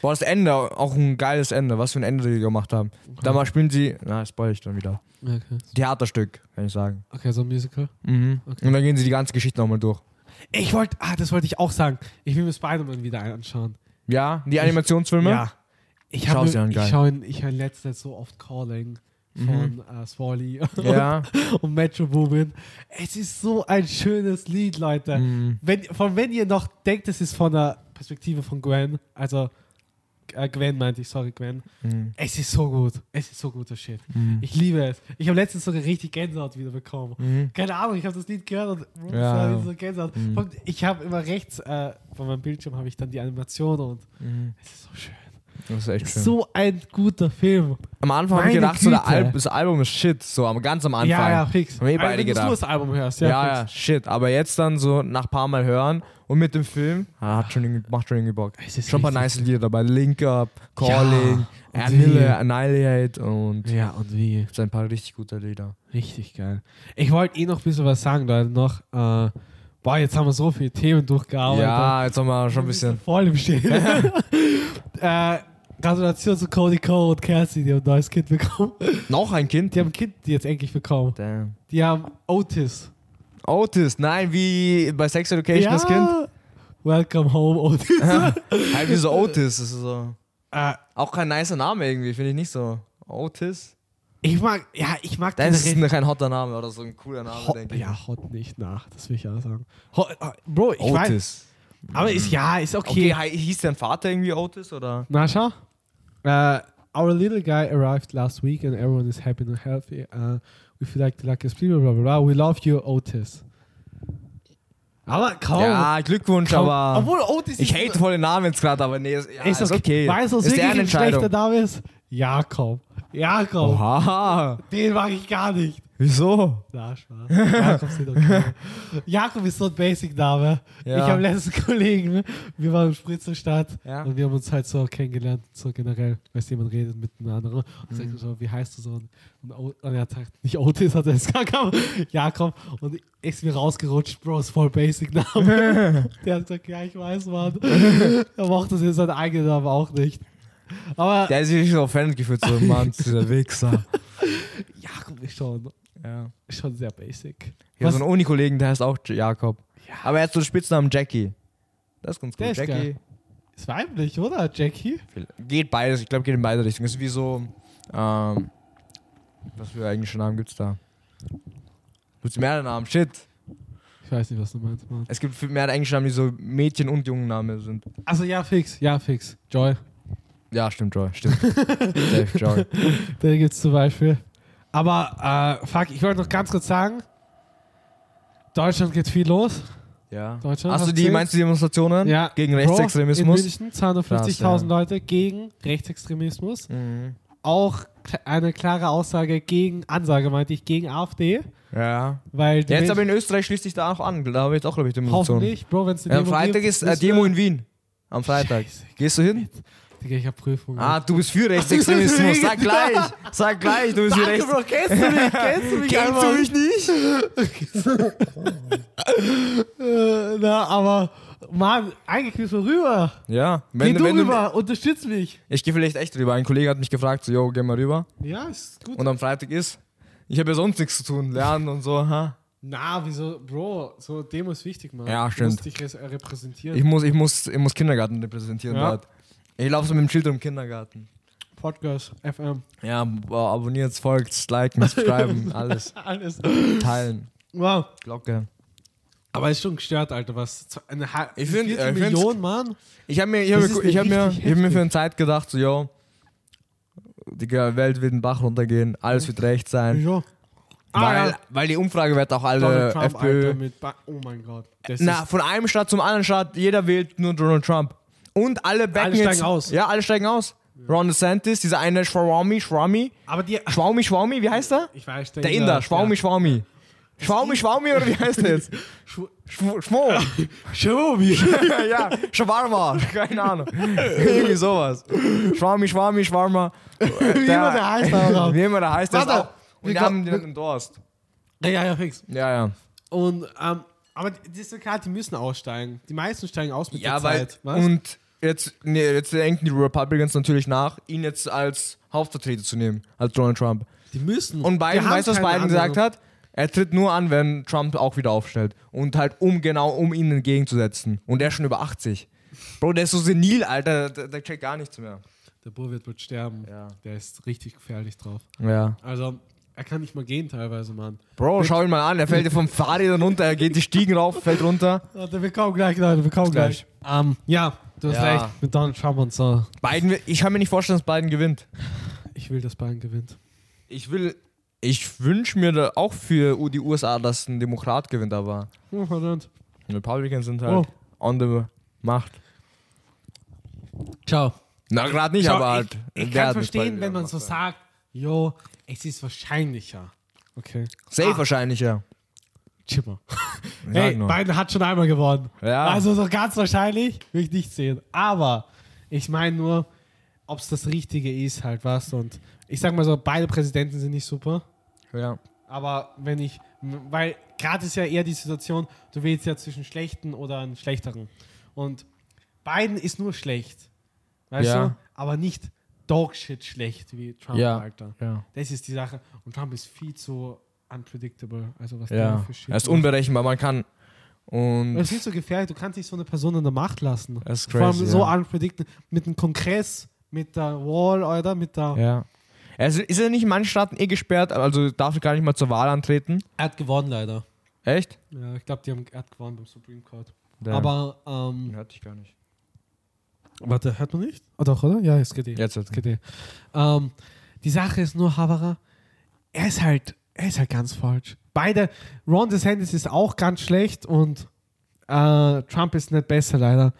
Speaker 2: Boah, das Ende, auch ein geiles Ende, was für ein Ende die gemacht haben. Damals spielen sie, na, spoil ich dann wieder.
Speaker 1: Okay.
Speaker 2: Theaterstück, kann ich sagen.
Speaker 1: okay, so ein Musical.
Speaker 2: Mhm.
Speaker 1: Okay.
Speaker 2: Und dann gehen sie die ganze Geschichte nochmal durch.
Speaker 1: Ich wollte, ah, das wollte ich auch sagen. Ich will mir Spider-Man wieder anschauen.
Speaker 2: Ja, die Animationsfilme?
Speaker 1: Ja. Ich habe
Speaker 2: Schau's dir an,
Speaker 1: ich
Speaker 2: geil. Mhm.
Speaker 1: schaue in, ich hör in letzter Zeit so oft Calling. von äh, Swally <laughs>
Speaker 2: Ja.
Speaker 1: und Metro Boomin. Es ist so ein schönes Lied, Leute.
Speaker 2: Mhm.
Speaker 1: Wenn, von wenn ihr noch denkt, es ist von der Perspektive von Gwen, also äh, Gwen meinte ich, sorry Gwen.
Speaker 2: Mhm.
Speaker 1: Es ist so gut. Es ist so guter Shit. Ich liebe es. Ich habe letztens sogar richtig Gänsehaut wieder bekommen.
Speaker 2: Mhm.
Speaker 1: Keine Ahnung, ich habe das Lied gehört und
Speaker 2: Ja. Mhm.
Speaker 1: ja. so Gänsehaut. Und ich habe immer rechts äh, von meinem Bildschirm habe ich dann die Animation und
Speaker 2: Mhm.
Speaker 1: es ist so schön.
Speaker 2: Das ist echt schön.
Speaker 1: So ein guter Film.
Speaker 2: am Anfang habe ich
Speaker 1: Meine
Speaker 2: gedacht, so der
Speaker 1: Güte.
Speaker 2: Al das Album ist shit, so am ganz am Anfang.
Speaker 1: Ja, ja, fix.
Speaker 2: Haben wir eh beide
Speaker 1: wenn du das
Speaker 2: gedacht.
Speaker 1: nur das Album hörst, ja,
Speaker 2: Ja,
Speaker 1: fix.
Speaker 2: ja, shit. Aber jetzt dann so nach ein paar Mal hören und mit dem Film, ah, hat schon irgendwie, macht schon irgendwie Bock.
Speaker 1: Es ist
Speaker 2: Schon ein paar
Speaker 1: richtig
Speaker 2: nice Lieder dabei. Link Up, Calling,
Speaker 1: Ja, und
Speaker 2: Annihil-
Speaker 1: wie-
Speaker 2: Annihilate und
Speaker 1: Ja, und wie?
Speaker 2: so ein paar richtig gute Lieder.
Speaker 1: Richtig geil. Ich wollte eh noch ein bisschen was sagen, Leute. Noch, äh, boah, jetzt haben wir so viele Themen durchgearbeitet.
Speaker 2: ja, jetzt haben wir schon ein
Speaker 1: Wir sind
Speaker 2: bisschen.
Speaker 1: Voll im
Speaker 2: <laughs>
Speaker 1: Stehen. äh, Gratulation zu Cody Cole und Cassie, die haben ein neues Kind bekommen.
Speaker 2: Noch ein Kind?
Speaker 1: Die haben ein Kind jetzt endlich bekommen.
Speaker 2: Damn.
Speaker 1: Die haben Otis.
Speaker 2: Otis, nein, wie bei Sex Education das Kind.
Speaker 1: Welcome home, Otis.
Speaker 2: <laughs> Halt wie so Otis, das ist so.
Speaker 1: äh,
Speaker 2: Auch kein nicer Name irgendwie, finde ich nicht so. Otis?
Speaker 1: ich mag, ja, ich mag
Speaker 2: Nein, das
Speaker 1: generell-
Speaker 2: ist kein hotter Name oder so ein cooler Name,
Speaker 1: Hot,
Speaker 2: denke ich.
Speaker 1: ja, hot nicht nach, das will ich auch sagen. Hot, ah, Bro, ich weiß. Aber ist ja, ist okay.
Speaker 2: Okay, hi- hieß dein Vater irgendwie Otis oder?
Speaker 1: Na, schau. Äh, our little guy arrived last week and everyone is happy and healthy. Äh, we feel like the luckiest people, bla bla bla. We love you, Otis. Aber kaum.
Speaker 2: ja, Oh, Glückwunsch,
Speaker 1: kaum
Speaker 2: aber.
Speaker 1: obwohl Otis
Speaker 2: ich
Speaker 1: ist,
Speaker 2: hate voll den Namen jetzt gerade, aber nee, ist, ja, ist okay.
Speaker 1: Weißt du, was
Speaker 2: ist
Speaker 1: wirklich
Speaker 2: deren
Speaker 1: ein schlechter
Speaker 2: Entscheidung.
Speaker 1: Name ist? Jakob. Jakob.
Speaker 2: Oha, <laughs>
Speaker 1: Den mag ich gar nicht.
Speaker 2: wieso?
Speaker 1: Na, Spaß. Jakob, sind okay.
Speaker 2: <laughs>
Speaker 1: Jakob ist so ein Basic-Name.
Speaker 2: Ja.
Speaker 1: Ich habe letzten Kollegen, ne? wir waren im Spritzenstadt
Speaker 2: Ja.
Speaker 1: und wir haben uns halt so kennengelernt, so generell, weißt du, jemand redet mit einem anderen und sagt so, wie heißt du so? Und, und, O- und er sagt, nicht Otis, hat er <laughs> jetzt gar keinen Jakob und ist mir rausgerutscht, Bro, ist voll Basic-Name. <laughs> Der hat gesagt, ja, ich weiß, Mann. er mochte jetzt seinen eigenen Namen auch nicht. Aber
Speaker 2: Der ist sich so offended gefühlt, so, Mann, dieser Wichser.
Speaker 1: Jakob ist schon,
Speaker 2: Ja.
Speaker 1: ist schon sehr basic.
Speaker 2: Ich hab
Speaker 1: Was-
Speaker 2: so einen Uni-Kollegen, der heißt auch J- Jakob.
Speaker 1: Ja.
Speaker 2: Aber er hat so den Spitznamen Jackie. Das ist ganz gut.
Speaker 1: Der ist
Speaker 2: Jackie.
Speaker 1: Ist weiblich, oder, Jackie?
Speaker 2: Geht beides, ich glaube, geht in beide Richtungen. Ist wie so. Ähm, was für englische Namen gibt's da? Gibt's mehrere Namen? Shit.
Speaker 1: Ich weiß nicht, was du meinst, Mann.
Speaker 2: Es gibt viel mehrere englische Namen, die so Mädchen- und Jungennamen sind.
Speaker 1: Also ja, fix, ja, fix. Joy.
Speaker 2: Ja, stimmt, Joy. Stimmt. Safe, Joy.
Speaker 1: Den gibt's zum Beispiel. Aber, äh, fuck, ich wollte noch ganz kurz sagen, Deutschland geht viel los.
Speaker 2: Ja.
Speaker 1: Deutschland
Speaker 2: Hast du
Speaker 1: hat
Speaker 2: die,
Speaker 1: zehn-
Speaker 2: meinst du die Demonstrationen?
Speaker 1: Ja.
Speaker 2: Gegen
Speaker 1: Bro,
Speaker 2: Rechtsextremismus?
Speaker 1: In München 250.000 Leute gegen Rechtsextremismus.
Speaker 2: Mhm.
Speaker 1: Auch kl- eine klare Aussage gegen, Ansage meinte ich, gegen AfD.
Speaker 2: Ja.
Speaker 1: Weil die
Speaker 2: Jetzt
Speaker 1: Menschen-
Speaker 2: aber in Österreich schließt sich da auch an. Da habe ich jetzt auch, glaube ich, Demonstrationen.
Speaker 1: Hoffentlich, Bro, wenn es eine
Speaker 2: Ja, am
Speaker 1: Demo
Speaker 2: Freitag
Speaker 1: gibt,
Speaker 2: ist äh,
Speaker 1: müssen
Speaker 2: Demo
Speaker 1: wir-
Speaker 2: in Wien. Am Freitag.
Speaker 1: Scheiße.
Speaker 2: Gehst du hin?
Speaker 1: Digga, ich hab Prüfungen.
Speaker 2: Ah, du bist für Rechtsextremismus. Sag
Speaker 1: Deswegen.
Speaker 2: gleich. Sag gleich, du bist für
Speaker 1: Danke,
Speaker 2: Rechts.
Speaker 1: Bro, kennst du mich? Kennst du mich?
Speaker 2: Kennst du
Speaker 1: einfach?
Speaker 2: mich nicht?
Speaker 1: Äh, na, aber Mann, eigentlich müssen wir rüber.
Speaker 2: Ja.
Speaker 1: Geh
Speaker 2: Wenn,
Speaker 1: du
Speaker 2: wenn du,
Speaker 1: rüber, unterstütz mich.
Speaker 2: ich gehe vielleicht echt rüber. Ein Kollege hat mich gefragt, so, yo, geh mal rüber.
Speaker 1: Ja, ist gut.
Speaker 2: Und am Freitag ist, ich habe ja sonst nichts zu tun. Lernen und so. Ha.
Speaker 1: Na, wieso, Bro, so Demo ist wichtig, Mann.
Speaker 2: Ja,
Speaker 1: Du musst
Speaker 2: stimmt.
Speaker 1: dich res- äh, repräsentieren.
Speaker 2: Ich muss, ich muss, ich muss Kindergarten repräsentieren
Speaker 1: Ja.
Speaker 2: dort. Ich laufe so mit dem Schild im Kindergarten.
Speaker 1: Podcast, FM,
Speaker 2: Ja, boah, abonniert, folgt, liken, <laughs> subscriben, alles.
Speaker 1: <laughs> alles.
Speaker 2: Teilen,
Speaker 1: Wow.
Speaker 2: Glocke.
Speaker 1: Aber ist schon gestört, Alter, was? z- Eine halbe
Speaker 2: Ich find- äh, ich find's-
Speaker 1: Million, Mann.
Speaker 2: Ich habe mir, ich hab
Speaker 1: Das
Speaker 2: mir,
Speaker 1: ist
Speaker 2: ich hab mir,
Speaker 1: richtig
Speaker 2: ich hab mir
Speaker 1: heftig.
Speaker 2: für eine Zeit gedacht, so, yo, die Welt wird den Bach runtergehen, alles wird recht sein.
Speaker 1: Wieso?
Speaker 2: weil, weil die Umfragewerte auch alle
Speaker 1: Ah, Donald Trump,
Speaker 2: FPÖ.
Speaker 1: Alter, mit Ba- Oh mein Gott. Das
Speaker 2: Na,
Speaker 1: ist,
Speaker 2: von einem Staat zum anderen Staat, jeder wählt nur Donald Trump. Und alle backen
Speaker 1: steigen
Speaker 2: jetzt,
Speaker 1: aus.
Speaker 2: Ja, alle steigen aus. Ron DeSantis, dieser eine Schwami, Schwami,
Speaker 1: aber die.
Speaker 2: Schwaumi, Schwaumi, wie heißt er?
Speaker 1: Ich weiß,
Speaker 2: Der Inder, Schwaumi,
Speaker 1: Ja.
Speaker 2: Schwaumi. Schwaumi, Schwaumi, oder wie heißt der jetzt?
Speaker 1: Schw-
Speaker 2: Schw Schmo.
Speaker 1: Schwaumi.
Speaker 2: <laughs> ja, Shawarma, keine Ahnung. Irgendwie sowas. Schwami, Schwami, Schwarma.
Speaker 1: <laughs> Wie immer der heißt,
Speaker 2: <laughs>
Speaker 1: aber.
Speaker 2: Wie immer der heißt. Der ist
Speaker 1: Warte,
Speaker 2: auch. Und
Speaker 1: wir
Speaker 2: die
Speaker 1: glaub-
Speaker 2: haben den im Dorst.
Speaker 1: Ja, ja, fix.
Speaker 2: Ja, ja.
Speaker 1: Und, ähm, aber das ist ja klar, die müssen aussteigen. Die meisten steigen aus mit der Zeit. weißt?
Speaker 2: Und jetzt, nee, jetzt denken die Republicans natürlich nach, ihn jetzt als Hauptvertreter zu nehmen, als Donald Trump.
Speaker 1: die müssen.
Speaker 2: Und
Speaker 1: Wir
Speaker 2: Biden,
Speaker 1: haben
Speaker 2: weißt du, was
Speaker 1: keine
Speaker 2: Biden
Speaker 1: andere-
Speaker 2: gesagt hat? Er tritt nur an, wenn Trump auch wieder aufstellt. Und halt um, genau, um ihn entgegenzusetzen. Und der ist schon über 80. Bro, der ist so senil, Alter, der, der checkt gar nichts mehr.
Speaker 1: Der Bur wird wohl sterben.
Speaker 2: Ja.
Speaker 1: Der ist richtig gefährlich drauf.
Speaker 2: ja.
Speaker 1: Also, er kann nicht mal gehen teilweise, Mann.
Speaker 2: Bro, schau ihn mal an. Er fällt ja vom Fahrrad runter, er geht die Stiegen rauf, fällt runter.
Speaker 1: Leute, wir kommen gleich, Leute, wir kommen
Speaker 2: Gleich.
Speaker 1: gleich. Ähm, ja, du hast
Speaker 2: Ja.
Speaker 1: recht. Mit Donald Trump und so.
Speaker 2: Biden, wi- ich kann mir nicht vorstellen, dass Biden gewinnt.
Speaker 1: Ich will, dass Bayern gewinnt.
Speaker 2: Ich will, ich wünsche mir da auch für U- die USA, dass ein Demokrat gewinnt, aber
Speaker 1: Oh, verdammt.
Speaker 2: Republicans sind
Speaker 1: Oh.
Speaker 2: halt on the Macht.
Speaker 1: Ciao.
Speaker 2: Na, gerade nicht,
Speaker 1: Schau,
Speaker 2: aber halt.
Speaker 1: Ich, ich
Speaker 2: der
Speaker 1: kann
Speaker 2: hat mit
Speaker 1: verstehen,
Speaker 2: Biden
Speaker 1: wenn man
Speaker 2: gemacht,
Speaker 1: so
Speaker 2: ja.
Speaker 1: sagt, jo, es ist wahrscheinlicher. Okay.
Speaker 2: Safe
Speaker 1: Ah.
Speaker 2: wahrscheinlich, ja.
Speaker 1: Chipper.
Speaker 2: Sag
Speaker 1: Hey,
Speaker 2: nur.
Speaker 1: Biden hat schon einmal gewonnen.
Speaker 2: Ja.
Speaker 1: Also so ganz wahrscheinlich will ich nicht sehen. Aber ich meine nur, ob es das Richtige ist, halt was. Und ich sag mal so, beide Präsidenten sind nicht super.
Speaker 2: ja.
Speaker 1: Aber wenn ich, weil gerade ist ja eher die Situation, du wählst ja zwischen schlechten oder einen schlechteren. Und Biden ist nur schlecht. Weißt
Speaker 2: Ja.
Speaker 1: du? Aber nicht Dogshit schlecht wie Trump,
Speaker 2: Ja.
Speaker 1: Alter.
Speaker 2: ja.
Speaker 1: Das ist die Sache. Und Trump ist viel zu unpredictable. Also was der
Speaker 2: Ja.
Speaker 1: für Shit
Speaker 2: Er ist
Speaker 1: macht.
Speaker 2: unberechenbar, man kann. Und
Speaker 1: Das ist viel zu gefährlich. Du kannst nicht so eine Person in der Macht lassen.
Speaker 2: Das ist
Speaker 1: Vor allem
Speaker 2: crazy,
Speaker 1: so
Speaker 2: ja.
Speaker 1: unpredictable. Mit dem Kongress, mit der Wall, oder mit der.
Speaker 2: Ja. Also ist er nicht in manchen Staaten eh gesperrt, also darf er gar nicht mal zur Wahl antreten.
Speaker 1: Er hat gewonnen, leider.
Speaker 2: Echt?
Speaker 1: Ja, ich glaube, die haben er hat gewonnen beim Supreme Court.
Speaker 2: Der-
Speaker 1: Aber, ähm,
Speaker 2: Hatte ich gar nicht.
Speaker 1: Warte, hört man nicht? Oh, doch, oder? Ja, es geht eh.
Speaker 2: Jetzt hat's
Speaker 1: Es geht eh. Ähm, die Sache ist nur, Havara, er ist halt, er ist halt ganz falsch. Beide, Ron DeSantis ist auch ganz schlecht und äh, Trump ist nicht besser, leider.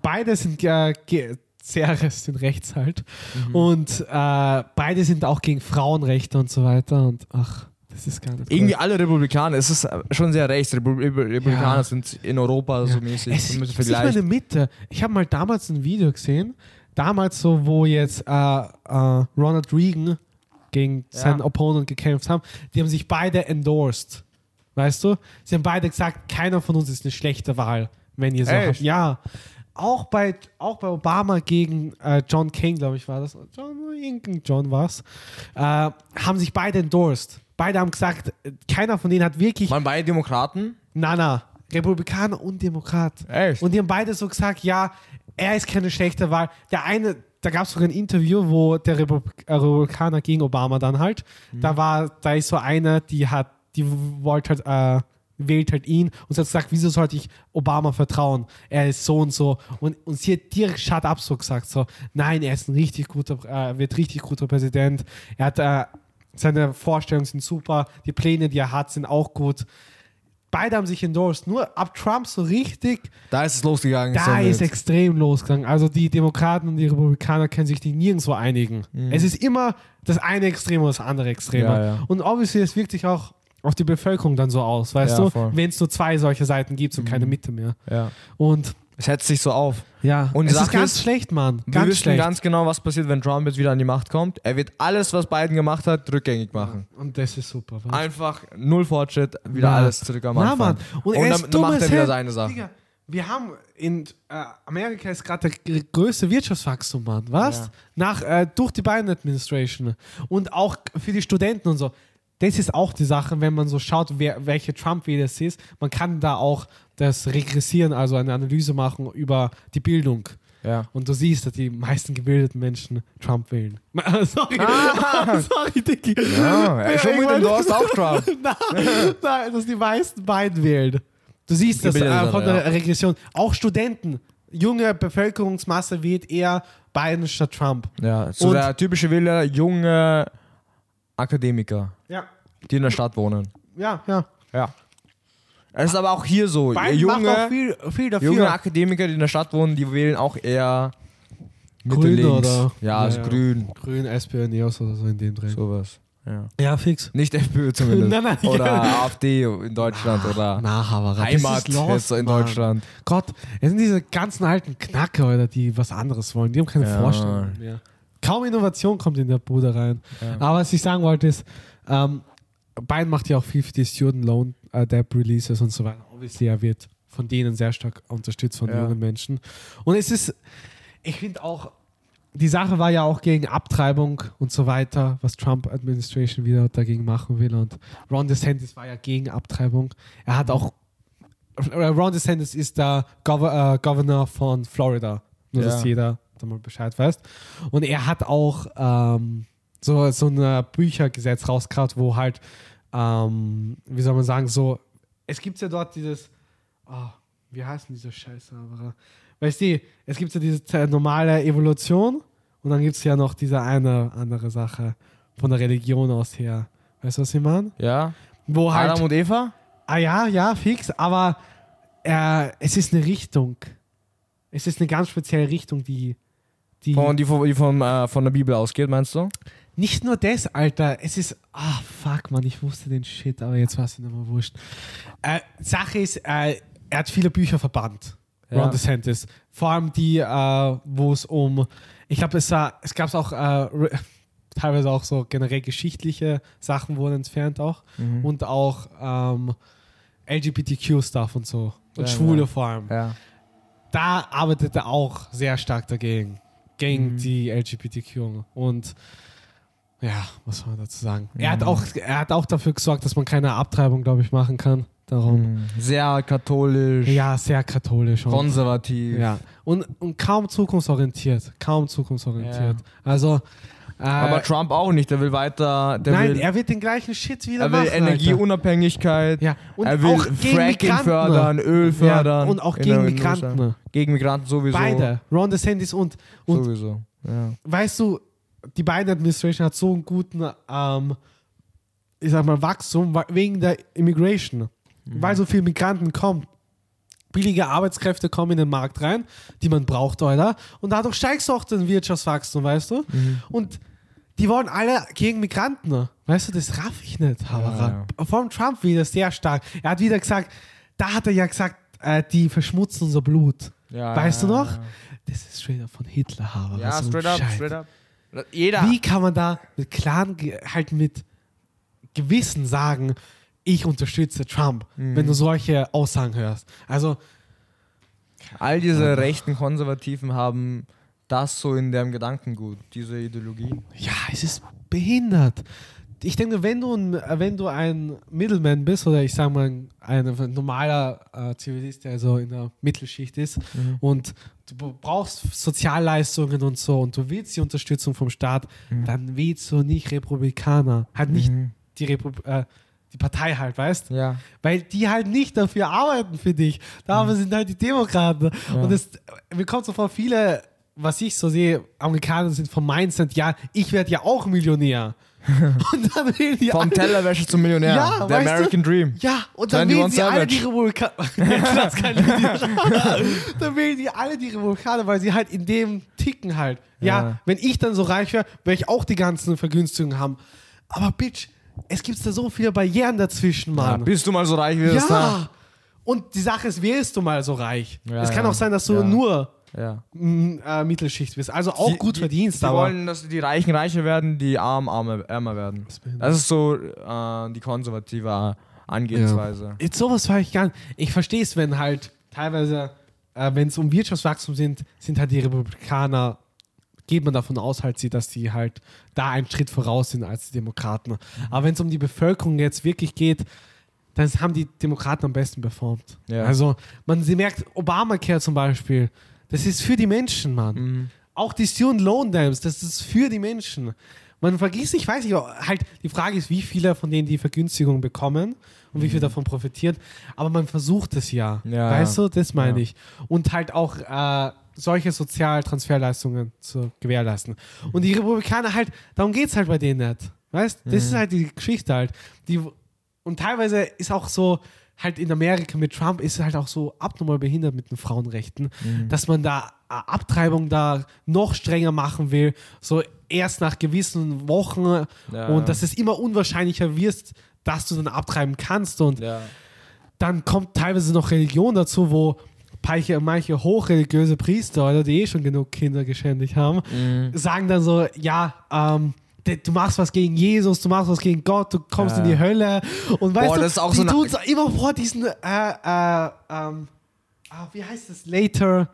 Speaker 1: Beide sind äh, ge- sehr sind rechts halt. Und äh, beide sind auch gegen Frauenrechte und so weiter. Und ach, das ist gar nicht.
Speaker 2: Irgendwie
Speaker 1: cool.
Speaker 2: alle Republikaner, es ist äh, schon sehr rechts. Repu- Repu- Republikaner
Speaker 1: Ja.
Speaker 2: sind in Europa so mäßig.
Speaker 1: Es
Speaker 2: so ein bisschen
Speaker 1: gibt nicht mal eine Mitte. Ich habe mal damals ein Video gesehen, damals so, wo jetzt äh, äh, Ronald Reagan gegen
Speaker 2: Ja.
Speaker 1: seinen Opponent gekämpft haben. Die haben sich beide endorsed. Weißt du? Sie haben beide gesagt, keiner von uns ist eine schlechte Wahl, wenn ihr so
Speaker 2: Echt?
Speaker 1: habt. Ja. Auch bei, auch bei Obama gegen äh, John King, glaube ich, war das. John, irgendein John war es. Äh, haben sich beide endorsed. Beide haben gesagt, äh, keiner von denen hat wirklich.
Speaker 2: Man bei Demokraten?
Speaker 1: Na, na. Republikaner und Demokrat.
Speaker 2: Echt?
Speaker 1: Und die haben beide so gesagt, ja, er ist keine schlechte Wahl. Der eine, da gab es sogar ein Interview, wo der Republik- äh, Republikaner gegen Obama dann halt, da war, da ist so eine, die hat, die wollte halt, äh, wählt halt ihn und sie hat gesagt, wieso sollte ich Obama vertrauen? Er ist so und so. Und, und sie hat direkt shut up so gesagt, so, nein, er ist ein richtig guter, äh, wird richtig guter Präsident. Er hat, äh, seine Vorstellungen sind super, die Pläne, die er hat, sind auch gut. Beide haben sich endorsed. Nur ab Trump so richtig
Speaker 2: da ist es losgegangen.
Speaker 1: da
Speaker 2: so
Speaker 1: ist
Speaker 2: wild.
Speaker 1: extrem losgegangen. Also die Demokraten und die Republikaner können sich die nirgendwo einigen. Es ist immer das eine Extrem und das andere Extrem.
Speaker 2: Mhm. Ja, ja.
Speaker 1: Und obviously, es wirkt sich auch auf die Bevölkerung dann so aus, weißt
Speaker 2: Ja, voll. Mhm.
Speaker 1: du? Wenn es nur zwei solche Seiten gibt und keine Mitte mehr.
Speaker 2: ja.
Speaker 1: Und
Speaker 2: Es hetzt sich so auf.
Speaker 1: ja,
Speaker 2: Und die
Speaker 1: es ist
Speaker 2: Sache
Speaker 1: ganz
Speaker 2: ist,
Speaker 1: schlecht, Mann.
Speaker 2: Wir
Speaker 1: Ganz
Speaker 2: wissen
Speaker 1: schlecht.
Speaker 2: ganz genau, was passiert, wenn Trump jetzt wieder an die Macht kommt. Er wird alles, was Biden gemacht hat, rückgängig machen.
Speaker 1: und das ist super. Mann.
Speaker 2: Einfach null Fortschritt, wieder
Speaker 1: Na.
Speaker 2: alles zurück am
Speaker 1: Na,
Speaker 2: Anfang.
Speaker 1: Mann. Und,
Speaker 2: Und,
Speaker 1: er ist
Speaker 2: dann
Speaker 1: dumm
Speaker 2: macht
Speaker 1: als
Speaker 2: er wieder
Speaker 1: Hell.
Speaker 2: seine Sachen.
Speaker 1: Digga, wir haben in äh, Amerika ist gerade der gr- größte Wirtschaftswachstum, Mann. Was?
Speaker 2: Ja.
Speaker 1: Nach, äh, durch die Biden Administration und auch für die Studenten und so. Das ist auch die Sache, wenn man so schaut, wer, welche Trump-Wähler es ist. Man kann da auch das regressieren, also eine Analyse machen über die Bildung.
Speaker 2: Ja.
Speaker 1: Und du siehst, dass die meisten gebildeten Menschen Trump wählen. <laughs> Sorry, <laughs> sorry, Dicky.
Speaker 2: Ah. Ja,
Speaker 1: Ja,
Speaker 2: schon mit
Speaker 1: irgendwann-
Speaker 2: dem
Speaker 1: <laughs>
Speaker 2: Dorst auch Trump.
Speaker 1: Nein, nein, dass die meisten beiden wählen. Du siehst das
Speaker 2: Gebildet
Speaker 1: äh, von
Speaker 2: sind, ja.
Speaker 1: der Regression. Auch Studenten, junge Bevölkerungsmasse wählt eher Biden statt Trump.
Speaker 2: Ja, so
Speaker 1: Und-
Speaker 2: der typische Wille, junge Akademiker,
Speaker 1: Ja,
Speaker 2: die in der Stadt wohnen.
Speaker 1: ja, ja.
Speaker 2: Ja. Es ist aber auch hier so.
Speaker 1: Biden macht auch
Speaker 2: junge,
Speaker 1: viel, viel dafür.
Speaker 2: junge Akademiker, die in der Stadt wohnen, die wählen auch eher Mitte
Speaker 1: Grün
Speaker 2: links.
Speaker 1: oder-
Speaker 2: Ja,
Speaker 1: Ja,
Speaker 2: also
Speaker 1: ja.
Speaker 2: grün.
Speaker 1: Grün, SPÖ, Neos E oder so in dem Dreh.
Speaker 2: Sowas. Ja.
Speaker 1: Ja, fix.
Speaker 2: Nicht <laughs> FPÖ
Speaker 1: <laughs>
Speaker 2: zumindest.
Speaker 1: Nein, nein,
Speaker 2: <laughs>
Speaker 1: <laughs>
Speaker 2: oder
Speaker 1: ja. Ah,
Speaker 2: AfD in Deutschland oder
Speaker 1: Na, Havara, das
Speaker 2: Heimat
Speaker 1: ist lost,
Speaker 2: jetzt in
Speaker 1: Mann.
Speaker 2: Deutschland.
Speaker 1: Gott, es sind diese ganzen alten Knacker, Alter, die was anderes wollen. Die haben keine
Speaker 2: Ja.
Speaker 1: Vorstellung mehr. Kaum Innovation kommt in der Bude rein.
Speaker 2: Ja.
Speaker 1: Aber was ich sagen wollte ist, ähm, Biden macht ja auch viel für die Student Loan äh, Debt Releases und so weiter. Obviously, er wird von denen sehr stark unterstützt, von
Speaker 2: Ja.
Speaker 1: jungen Menschen. Und es ist, ich finde auch, die Sache war ja auch gegen Abtreibung und so weiter, was Trump Administration wieder dagegen machen will. Und Ron DeSantis war ja gegen Abtreibung. Er hat auch Ron DeSantis ist der Gover äh, Governor äh, von Florida. Nur
Speaker 2: Ja.
Speaker 1: dass jeder da mal Bescheid weißt. Und er hat auch ähm, so, so ein äh, Büchergesetz rausgebracht, wo halt, ähm, wie soll man sagen, so, es gibt ja dort dieses, oh, wie heißt denn dieser Scheiße, aber, weißt du, es gibt ja diese äh, normale Evolution und dann gibt es ja noch diese eine andere Sache von der Religion aus her. Weißt du, was ich meine?
Speaker 2: Ja.
Speaker 1: Wo halt,
Speaker 2: Adam und Eva?
Speaker 1: ah ja, ja, fix, aber äh, es ist eine Richtung. Es ist eine ganz spezielle Richtung, die, die
Speaker 2: Von, die von, die von, äh, von der Bibel ausgeht, meinst du?
Speaker 1: Nicht nur das, Alter. Es ist. Ah, fuck, Mann, ich wusste den Shit, aber jetzt war es nicht mehr wurscht. Äh, Sache ist, äh, er hat viele Bücher verbannt.
Speaker 2: Ja.
Speaker 1: Ron DeSantis. Vor allem die, äh, wo es um. Ich glaube, es, war- es gab auch äh, re- <laughs> teilweise auch so generell geschichtliche Sachen wurden entfernt auch.
Speaker 2: Mhm.
Speaker 1: Und auch ähm, LGBTQ-Stuff und so. Und
Speaker 2: Ja,
Speaker 1: Schwule
Speaker 2: ja.
Speaker 1: vor allem
Speaker 2: Ja.
Speaker 1: da arbeitet er auch sehr stark dagegen.
Speaker 2: Mhm.
Speaker 1: Gegen die LGBTQ. Und ja, was soll man dazu sagen? Er,
Speaker 2: Mhm.
Speaker 1: hat auch, er hat auch dafür gesorgt, dass man keine Abtreibung, glaube ich, machen kann. Darum.
Speaker 2: Mhm. Sehr katholisch,
Speaker 1: Ja, sehr katholisch. Und,
Speaker 2: konservativ.
Speaker 1: ja. und, und kaum zukunftsorientiert. Kaum zukunftsorientiert. Also. Äh,
Speaker 2: Aber Trump auch nicht. Der will weiter. Der
Speaker 1: nein,
Speaker 2: will,
Speaker 1: er wird den gleichen Shit wieder
Speaker 2: er
Speaker 1: machen.
Speaker 2: will Energieunabhängigkeit.
Speaker 1: Alter. Ja, und
Speaker 2: er will
Speaker 1: auch gegen
Speaker 2: Fracking
Speaker 1: Migranten.
Speaker 2: fördern, Öl fördern.
Speaker 1: Ja, und auch
Speaker 2: in
Speaker 1: gegen
Speaker 2: der- in
Speaker 1: Migranten.
Speaker 2: USA. Gegen Migranten sowieso.
Speaker 1: Beide. Ron DeSantis und, und
Speaker 2: Sowieso. Ja.
Speaker 1: weißt du, die Biden-Administration hat so einen guten, ähm, ich sag mal, Wachstum wa- wegen der Immigration,
Speaker 2: Mhm.
Speaker 1: weil so viele Migranten kommen. Billige Arbeitskräfte kommen in den Markt rein, die man braucht, oder? Und dadurch steigst du auch den Wirtschaftswachstum, weißt du?
Speaker 2: Mhm.
Speaker 1: Und die wollen alle gegen Migranten. Weißt du, das raff ich nicht, Havara. Vor allem Trump wieder sehr stark. Er hat wieder gesagt, da hat er ja gesagt, äh, die verschmutzen unser Blut.
Speaker 2: Ja,
Speaker 1: weißt du
Speaker 2: ja,
Speaker 1: noch?
Speaker 2: ja.
Speaker 1: Das ist straight up von Hitler, Havara.
Speaker 2: Ja,
Speaker 1: So ein
Speaker 2: straight up,
Speaker 1: Scheiß.
Speaker 2: straight up. Jeder.
Speaker 1: Wie kann man da mit klaren, Ge- halt mit Gewissen sagen, ich unterstütze Trump,
Speaker 2: Mhm.
Speaker 1: wenn du solche Aussagen hörst? Also,
Speaker 2: All diese rechten Konservativen haben das so in deren Gedankengut, diese Ideologie.
Speaker 1: ja, es ist behindert. Ich denke, wenn du ein, äh, wenn du ein Middleman bist oder ich sage mal ein, ein normaler äh, Zivilist, der so in der Mittelschicht ist und du b- brauchst Sozialleistungen und so und du willst die Unterstützung vom Staat, dann willst du nicht Republikaner, halt nicht die, Repub äh, die Partei halt, weißt?
Speaker 2: Ja.
Speaker 1: Weil die halt nicht dafür arbeiten für dich. Da
Speaker 2: Mhm.
Speaker 1: sind halt die Demokraten. Und es mir kommt so vor, viele, was ich so sehe, Amerikaner sind vom Mindset, ja, ich werde ja auch
Speaker 2: <laughs>
Speaker 1: Millionär. und dann wählen die
Speaker 2: Vom
Speaker 1: alle-
Speaker 2: Tellerwäsche zum Millionär.
Speaker 1: Ja,
Speaker 2: Der
Speaker 1: weißt du?
Speaker 2: American Dream.
Speaker 1: Ja, und dann
Speaker 2: 21
Speaker 1: wählen sie alle die
Speaker 2: Savage.
Speaker 1: Republikaner. <laughs> Ja, das kann ich
Speaker 2: <laughs>
Speaker 1: nicht. dann wählen die alle die Republikaner, weil sie halt in dem ticken halt. Ja,
Speaker 2: Ja.
Speaker 1: wenn ich dann so reich wäre, werde ich auch die ganzen Vergünstigungen haben. Aber Bitch, es gibt da so viele Barrieren dazwischen, Mann.
Speaker 2: Bist du mal so reich wie das da?
Speaker 1: Ja! Und die Sache ist, wärst du mal so reich?
Speaker 2: Ja,
Speaker 1: es kann
Speaker 2: ja,
Speaker 1: auch sein, dass du
Speaker 2: ja.
Speaker 1: nur
Speaker 2: Ja.
Speaker 1: mm, äh, Mittelschicht bist. Also auch
Speaker 2: Die-
Speaker 1: gut
Speaker 2: die,
Speaker 1: verdienst,
Speaker 2: Die
Speaker 1: aber.
Speaker 2: wollen, dass die Reichen reicher werden, die Armen armer, ärmer werden. Das ist so äh, die konservative Angehensweise.
Speaker 1: Jetzt sowas war ich gar nicht. Ich verstehe es, wenn halt teilweise, äh, wenn es um Wirtschaftswachstum sind, sind halt die Republikaner, geht man davon aus, halt sie, dass die halt da einen Schritt voraus sind als die Demokraten. Aber wenn es um die Bevölkerung jetzt wirklich geht, dann haben die Demokraten am besten performt.
Speaker 2: Ja.
Speaker 1: Also man sie merkt, Obamacare zum Beispiel, das ist für die Menschen, Mann. Auch die Student Loan Dams, das ist für die Menschen. Man vergisst, ich weiß nicht, halt die Frage ist, wie viele von denen die Vergünstigung bekommen und wie viel davon profitiert. Aber man versucht es ja.
Speaker 2: Mhm. Ja,
Speaker 1: weißt du, das meine
Speaker 2: Ja.
Speaker 1: ich. Und halt auch äh, solche Sozialtransferleistungen zu gewährleisten. Und die Republikaner halt, darum geht es halt bei denen nicht. Weißt
Speaker 2: Mhm.
Speaker 1: das ist halt die Geschichte halt. Die, und teilweise ist auch so, halt in Amerika mit Trump ist es halt auch so abnormal behindert mit den Frauenrechten,
Speaker 2: Mhm.
Speaker 1: dass man da äh, Abtreibung da noch strenger machen will, so erst nach gewissen Wochen
Speaker 2: Ja.
Speaker 1: und dass es immer unwahrscheinlicher wirst, dass du dann abtreiben kannst und
Speaker 2: Ja.
Speaker 1: dann kommt teilweise noch Religion dazu, wo manche, manche hochreligiöse Priester, oder die eh schon genug Kinder geschändigt haben,
Speaker 2: Mhm.
Speaker 1: sagen dann so, ja, ähm, de- Du machst was gegen Jesus, du machst was gegen Gott, du kommst
Speaker 2: Ja.
Speaker 1: in die Hölle. Und weißt
Speaker 2: Boah,
Speaker 1: du,
Speaker 2: das ist auch
Speaker 1: die
Speaker 2: so eine-
Speaker 1: tun's immer vor diesen, äh, äh, ähm, ah, wie heißt das, later,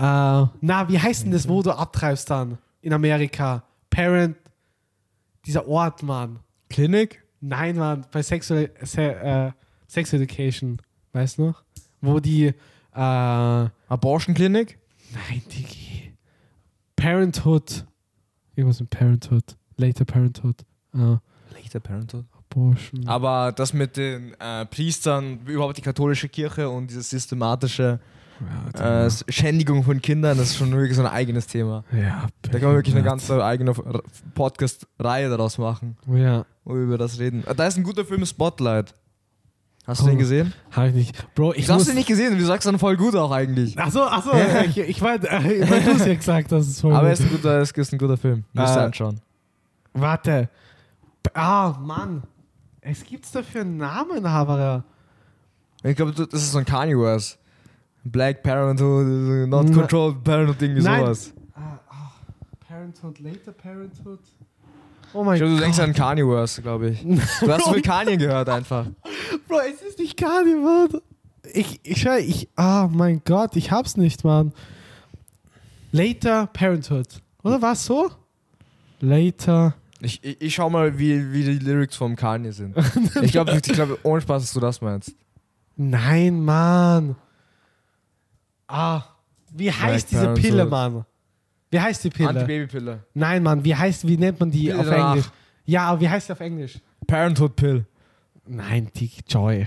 Speaker 1: äh, na, wie heißt denn das, wo du abtreibst dann in Amerika? Parent, dieser Ort, Mann.
Speaker 2: Klinik?
Speaker 1: Nein, Mann, bei Sexual, Se äh, Sex Education, weißt du noch? Wo die, äh, nein,
Speaker 2: Abortion-Klinik?
Speaker 1: Digi. Parenthood. Irgendwas mit Parenthood. Later Parenthood. Äh,
Speaker 2: Later Parenthood.
Speaker 1: Abortion.
Speaker 2: Aber das mit den äh, Priestern, überhaupt die katholische Kirche und diese systematische
Speaker 1: ja,
Speaker 2: äh,
Speaker 1: da-
Speaker 2: S- Schändigung von Kindern, das ist schon wirklich so ein eigenes Thema.
Speaker 1: ja,
Speaker 2: Da kann man wirklich eine
Speaker 1: behindert.
Speaker 2: ganze eigene R- Podcast-Reihe daraus machen,
Speaker 1: Ja,
Speaker 2: wo wir über das reden. Ah, Da ist ein guter Film Spotlight. Hast du
Speaker 1: Oh,
Speaker 2: den gesehen?
Speaker 1: habe ich nicht. Bro, ich
Speaker 2: Ich hast
Speaker 1: muss...
Speaker 2: du den nicht gesehen, du sagst dann voll gut auch eigentlich.
Speaker 1: Achso, achso, ich, ich weiß, äh, weil du es ja gesagt hast, es voll
Speaker 2: Aber
Speaker 1: gut.
Speaker 2: es ist ein guter, es ist ein guter Film. Müsst
Speaker 1: Äh,
Speaker 2: ihr anschauen.
Speaker 1: Warte. Ah, Mann. Es gibt's dafür einen Namen, Haberer.
Speaker 2: Ich glaube, das ist so ein Kanye West. Black Parenthood, Not
Speaker 1: Na-
Speaker 2: Controlled Parenthood, irgendwie
Speaker 1: Nein.
Speaker 2: sowas.
Speaker 1: Ah, ah, Parenthood, later Parenthood. Oh mein
Speaker 2: Ich glaube, du denkst
Speaker 1: Gott.
Speaker 2: an Kanye West,
Speaker 1: <laughs>
Speaker 2: glaube ich. Du hast wohl Kanye gehört einfach.
Speaker 1: Bro, es ist nicht Kanye, Mann. Ich, ich, schau, ich, ah, mein Gott, ich hab's nicht, Mann. Later Parenthood. Oder war's so? Later.
Speaker 2: Ich, ich, ich schau mal, wie, wie die Lyrics vom
Speaker 1: <laughs>
Speaker 2: Kanye sind. Ich glaube, ich glaub, ohne Spaß, dass du das meinst.
Speaker 1: Nein, Mann. Ah, wie heißt diese
Speaker 2: Parenthood.
Speaker 1: Pille, Mann? Wie heißt die Pille?
Speaker 2: Antibabypille.
Speaker 1: Nein, Mann, wie heißt, wie nennt man die
Speaker 2: Pille
Speaker 1: auf
Speaker 2: danach.
Speaker 1: Englisch? Ja, aber wie heißt die auf Englisch?
Speaker 2: Parenthood Pill.
Speaker 1: Nein, die Joy.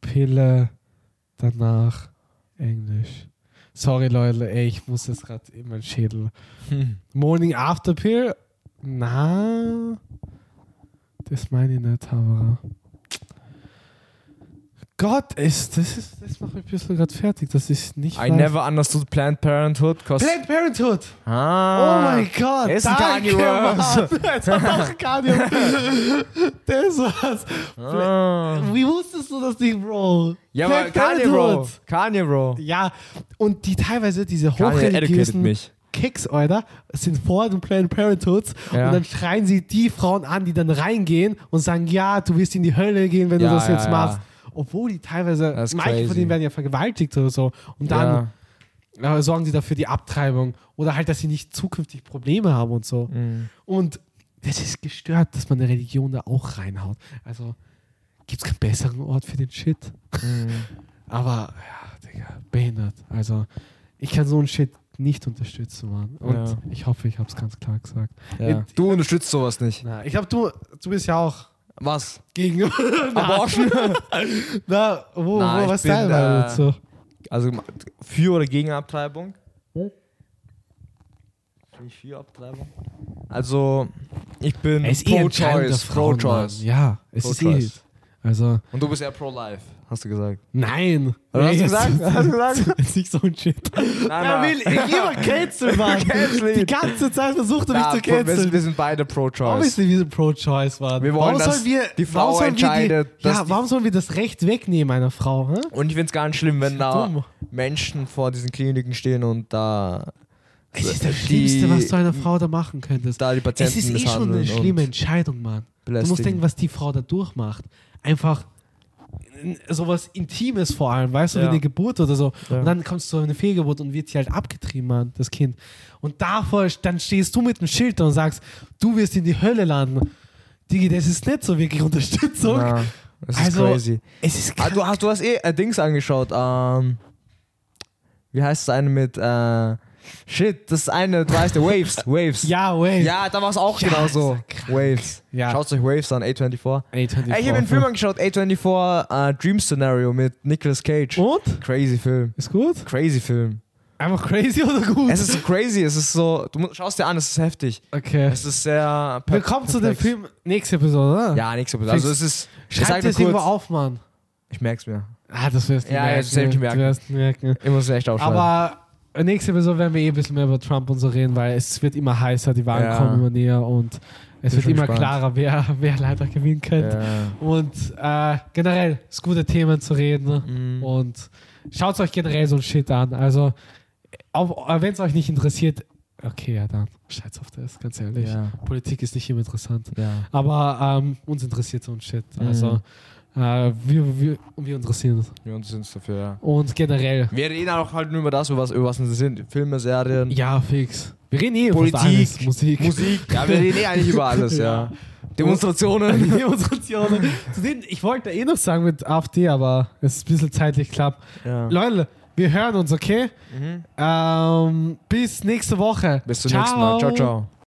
Speaker 1: Pille danach Englisch. Sorry, Leute, ey, ich muss das gerade in meinen Schädel.
Speaker 2: Hm.
Speaker 1: Morning After Pill? Na, das meine ich nicht, Havara. Gott, ist, das, ist, das macht mich ein bisschen gerade fertig, dass ich nicht
Speaker 2: I
Speaker 1: weiß.
Speaker 2: never understood Planned Parenthood. Cause
Speaker 1: Planned Parenthood!
Speaker 2: ah.
Speaker 1: Oh mein Gott,
Speaker 2: Er ist ein Kanye
Speaker 1: <laughs>
Speaker 2: West.
Speaker 1: Jetzt auch Kanye
Speaker 2: <laughs>
Speaker 1: West. Das war's.
Speaker 2: Ah.
Speaker 1: Wie wusstest du das nicht, Bro?
Speaker 2: Ja, aber
Speaker 1: Planned
Speaker 2: Kanye, Bro.
Speaker 1: Parenthood.
Speaker 2: Kanye, Bro.
Speaker 1: Ja, und die teilweise diese
Speaker 2: Kanye educated
Speaker 1: hochreligiösen
Speaker 2: mich.
Speaker 1: Kicks, Alter, sind vor den Planned Parenthoods
Speaker 2: Ja.
Speaker 1: und dann schreien sie die Frauen an, die dann reingehen und sagen, ja, du wirst in die Hölle gehen, wenn
Speaker 2: Ja,
Speaker 1: du das
Speaker 2: ja,
Speaker 1: jetzt
Speaker 2: ja.
Speaker 1: machst. Obwohl die teilweise,
Speaker 2: Das ist
Speaker 1: manche von
Speaker 2: crazy.
Speaker 1: denen werden ja vergewaltigt oder so. Und dann äh, sorgen sie dafür die Abtreibung oder halt, dass sie nicht zukünftig Probleme haben und so.
Speaker 2: Ja. Mhm.
Speaker 1: Und das ist gestört, dass man eine Religion da auch reinhaut. Also gibt es keinen besseren Ort für den Shit. <laughs>
Speaker 2: Mhm.
Speaker 1: Aber, ja, Digga, behindert. Also ich kann so einen Shit nicht unterstützen, Mann. Und
Speaker 2: Ja.
Speaker 1: ich hoffe, ich habe es ganz klar gesagt.
Speaker 2: Ja. Du unterstützt sowas nicht.
Speaker 1: Na, ich glaube, du, du bist ja auch
Speaker 2: Was? <laughs>
Speaker 1: gegen.
Speaker 2: Abortion?
Speaker 1: Na, wo,
Speaker 2: <laughs> Na,
Speaker 1: wo
Speaker 2: ich
Speaker 1: was
Speaker 2: bin,
Speaker 1: dein
Speaker 2: äh,
Speaker 1: Meinung dazu?
Speaker 2: Also für oder gegen Abtreibung?
Speaker 1: Hm?
Speaker 2: Bin ich für Abtreibung? Also, ich bin
Speaker 1: Es ist eh Entscheidung der
Speaker 2: pro-choice.
Speaker 1: Frauen,
Speaker 2: Pro-choice.
Speaker 1: Mann. Ja, es ist eh.
Speaker 2: Pro-choice.
Speaker 1: Also,
Speaker 2: Und du bist eher pro-life, hast du gesagt.
Speaker 1: nein.
Speaker 2: Oder hast du
Speaker 1: Jetzt- <laughs>
Speaker 2: gesagt? Hast du gesagt?
Speaker 1: Jetzt nicht so ein Shit.
Speaker 2: <laughs> Nein,
Speaker 1: Er will
Speaker 2: <laughs>
Speaker 1: immer canceln, Mann.
Speaker 2: Cancel ihn.
Speaker 1: Die ganze Zeit versucht er mich
Speaker 2: Na,
Speaker 1: zu
Speaker 2: pro- wir, sind-
Speaker 1: canceln.
Speaker 2: wir sind beide pro-choice.
Speaker 1: Obviously, wir sind pro-choice, Mann.
Speaker 2: Wir wollen,
Speaker 1: warum
Speaker 2: dass
Speaker 1: sollen wir,
Speaker 2: die Frau
Speaker 1: warum sollen Wir
Speaker 2: entscheidet,
Speaker 1: die,
Speaker 2: dass
Speaker 1: ja,
Speaker 2: die-
Speaker 1: warum sollen wir das Recht wegnehmen einer Frau? Hä?
Speaker 2: Und ich finde es ganz schlimm, wenn da
Speaker 1: Dumm.
Speaker 2: Menschen vor diesen Kliniken stehen und da,
Speaker 1: Es ist das
Speaker 2: Also Die-
Speaker 1: Schlimmste, was du einer Frau da machen könntest.
Speaker 2: da die
Speaker 1: Es
Speaker 2: Patienten
Speaker 1: ist eh schon
Speaker 2: misshandeln.
Speaker 1: eine schlimme
Speaker 2: und
Speaker 1: Entscheidung, Mann. Du musst
Speaker 2: belästigen.
Speaker 1: denken, was die Frau da durchmacht. Einfach n- sowas Intimes vor allem, weißt du, wie
Speaker 2: Ja.
Speaker 1: eine Geburt oder so.
Speaker 2: Ja.
Speaker 1: Und dann kommst du in eine Fehlgeburt und wird sie halt abgetrieben, Mann, das Kind. Und davor, st- dann stehst du mit dem Schild da und sagst, du wirst in die Hölle landen. Digi, das ist nicht so wirklich Unterstützung.
Speaker 2: Na, das ist
Speaker 1: also,
Speaker 2: crazy.
Speaker 1: es ist
Speaker 2: Ah,
Speaker 1: krass.
Speaker 2: du, hast, du hast eh äh, Dings angeschaut. Ähm, wie heißt das eine mit. Äh, shit, das ist eine, du weißt, ja, Waves. Waves.
Speaker 1: Ja, wait.
Speaker 2: ja da war es auch
Speaker 1: Ja,
Speaker 2: genauso.
Speaker 1: ist ja krank.
Speaker 2: Waves.
Speaker 1: Ja.
Speaker 2: Schaut euch Waves an, A24.
Speaker 1: A24.
Speaker 2: Ey, ich habe den Film angeschaut, A24 äh, Dream Scenario mit Nicolas Cage.
Speaker 1: Und?
Speaker 2: Crazy Film.
Speaker 1: Ist gut?
Speaker 2: Crazy Film.
Speaker 1: Einfach crazy oder gut?
Speaker 2: Es ist so crazy, es ist so. Du mu- schaust dir an, es ist heftig.
Speaker 1: okay.
Speaker 2: Es ist sehr. per-
Speaker 1: Willkommen zu dem
Speaker 2: perplex.
Speaker 1: Film. Nächste Episode, oder?
Speaker 2: Ja, nichts. Also, es ist. ich sag
Speaker 1: Schreib
Speaker 2: nur
Speaker 1: das irgendwo
Speaker 2: kurz,
Speaker 1: auf, Mann.
Speaker 2: Ich merk's mir.
Speaker 1: Ah, das wirst du
Speaker 2: Ja,
Speaker 1: merken.
Speaker 2: ja, das werd ich merken.
Speaker 1: Du wirst merken.
Speaker 2: Ich muss es echt aufschreiben.
Speaker 1: Aber nächste Episode werden wir eh ein bisschen mehr über Trump und so reden, weil es wird immer heißer, die Wahlen
Speaker 2: Ja.
Speaker 1: kommen immer näher und es
Speaker 2: Bin
Speaker 1: wird
Speaker 2: schon
Speaker 1: immer
Speaker 2: gespannt.
Speaker 1: klarer, wer, wer leider gewinnen könnte.
Speaker 2: Ja.
Speaker 1: Und äh, generell, es ist gute Themen zu reden ne?
Speaker 2: Mhm.
Speaker 1: und schaut euch generell so ein Shit an. Also, wenn es euch nicht interessiert, okay, ja dann, scheiß auf das, ganz ehrlich.
Speaker 2: Ja.
Speaker 1: Politik ist nicht immer interessant.
Speaker 2: Ja.
Speaker 1: Aber ähm, uns interessiert so ein Shit.
Speaker 2: Mhm.
Speaker 1: Also, äh, wir, wir, wir interessieren uns.
Speaker 2: Wir uns sind dafür, ja.
Speaker 1: Und generell,
Speaker 2: Wir reden auch halt nur über das, über was, über was wir sind. Filme, Serien,
Speaker 1: ja, fix. Wir reden eh
Speaker 2: Politik,
Speaker 1: fast alles. Musik. <laughs>
Speaker 2: Musik. Ja, wir reden eh eigentlich über alles, ja. Demonstrationen.
Speaker 1: Demonstrationen. Zu denen, ich wollte eh noch sagen mit AfD, aber es ist ein bisschen zeitlich knapp.
Speaker 2: Ja.
Speaker 1: Leute, Wir hören uns, okay? Ähm, bis nächste Woche.
Speaker 2: Bis zum Mhm. nächsten Mal. Ciao, ciao.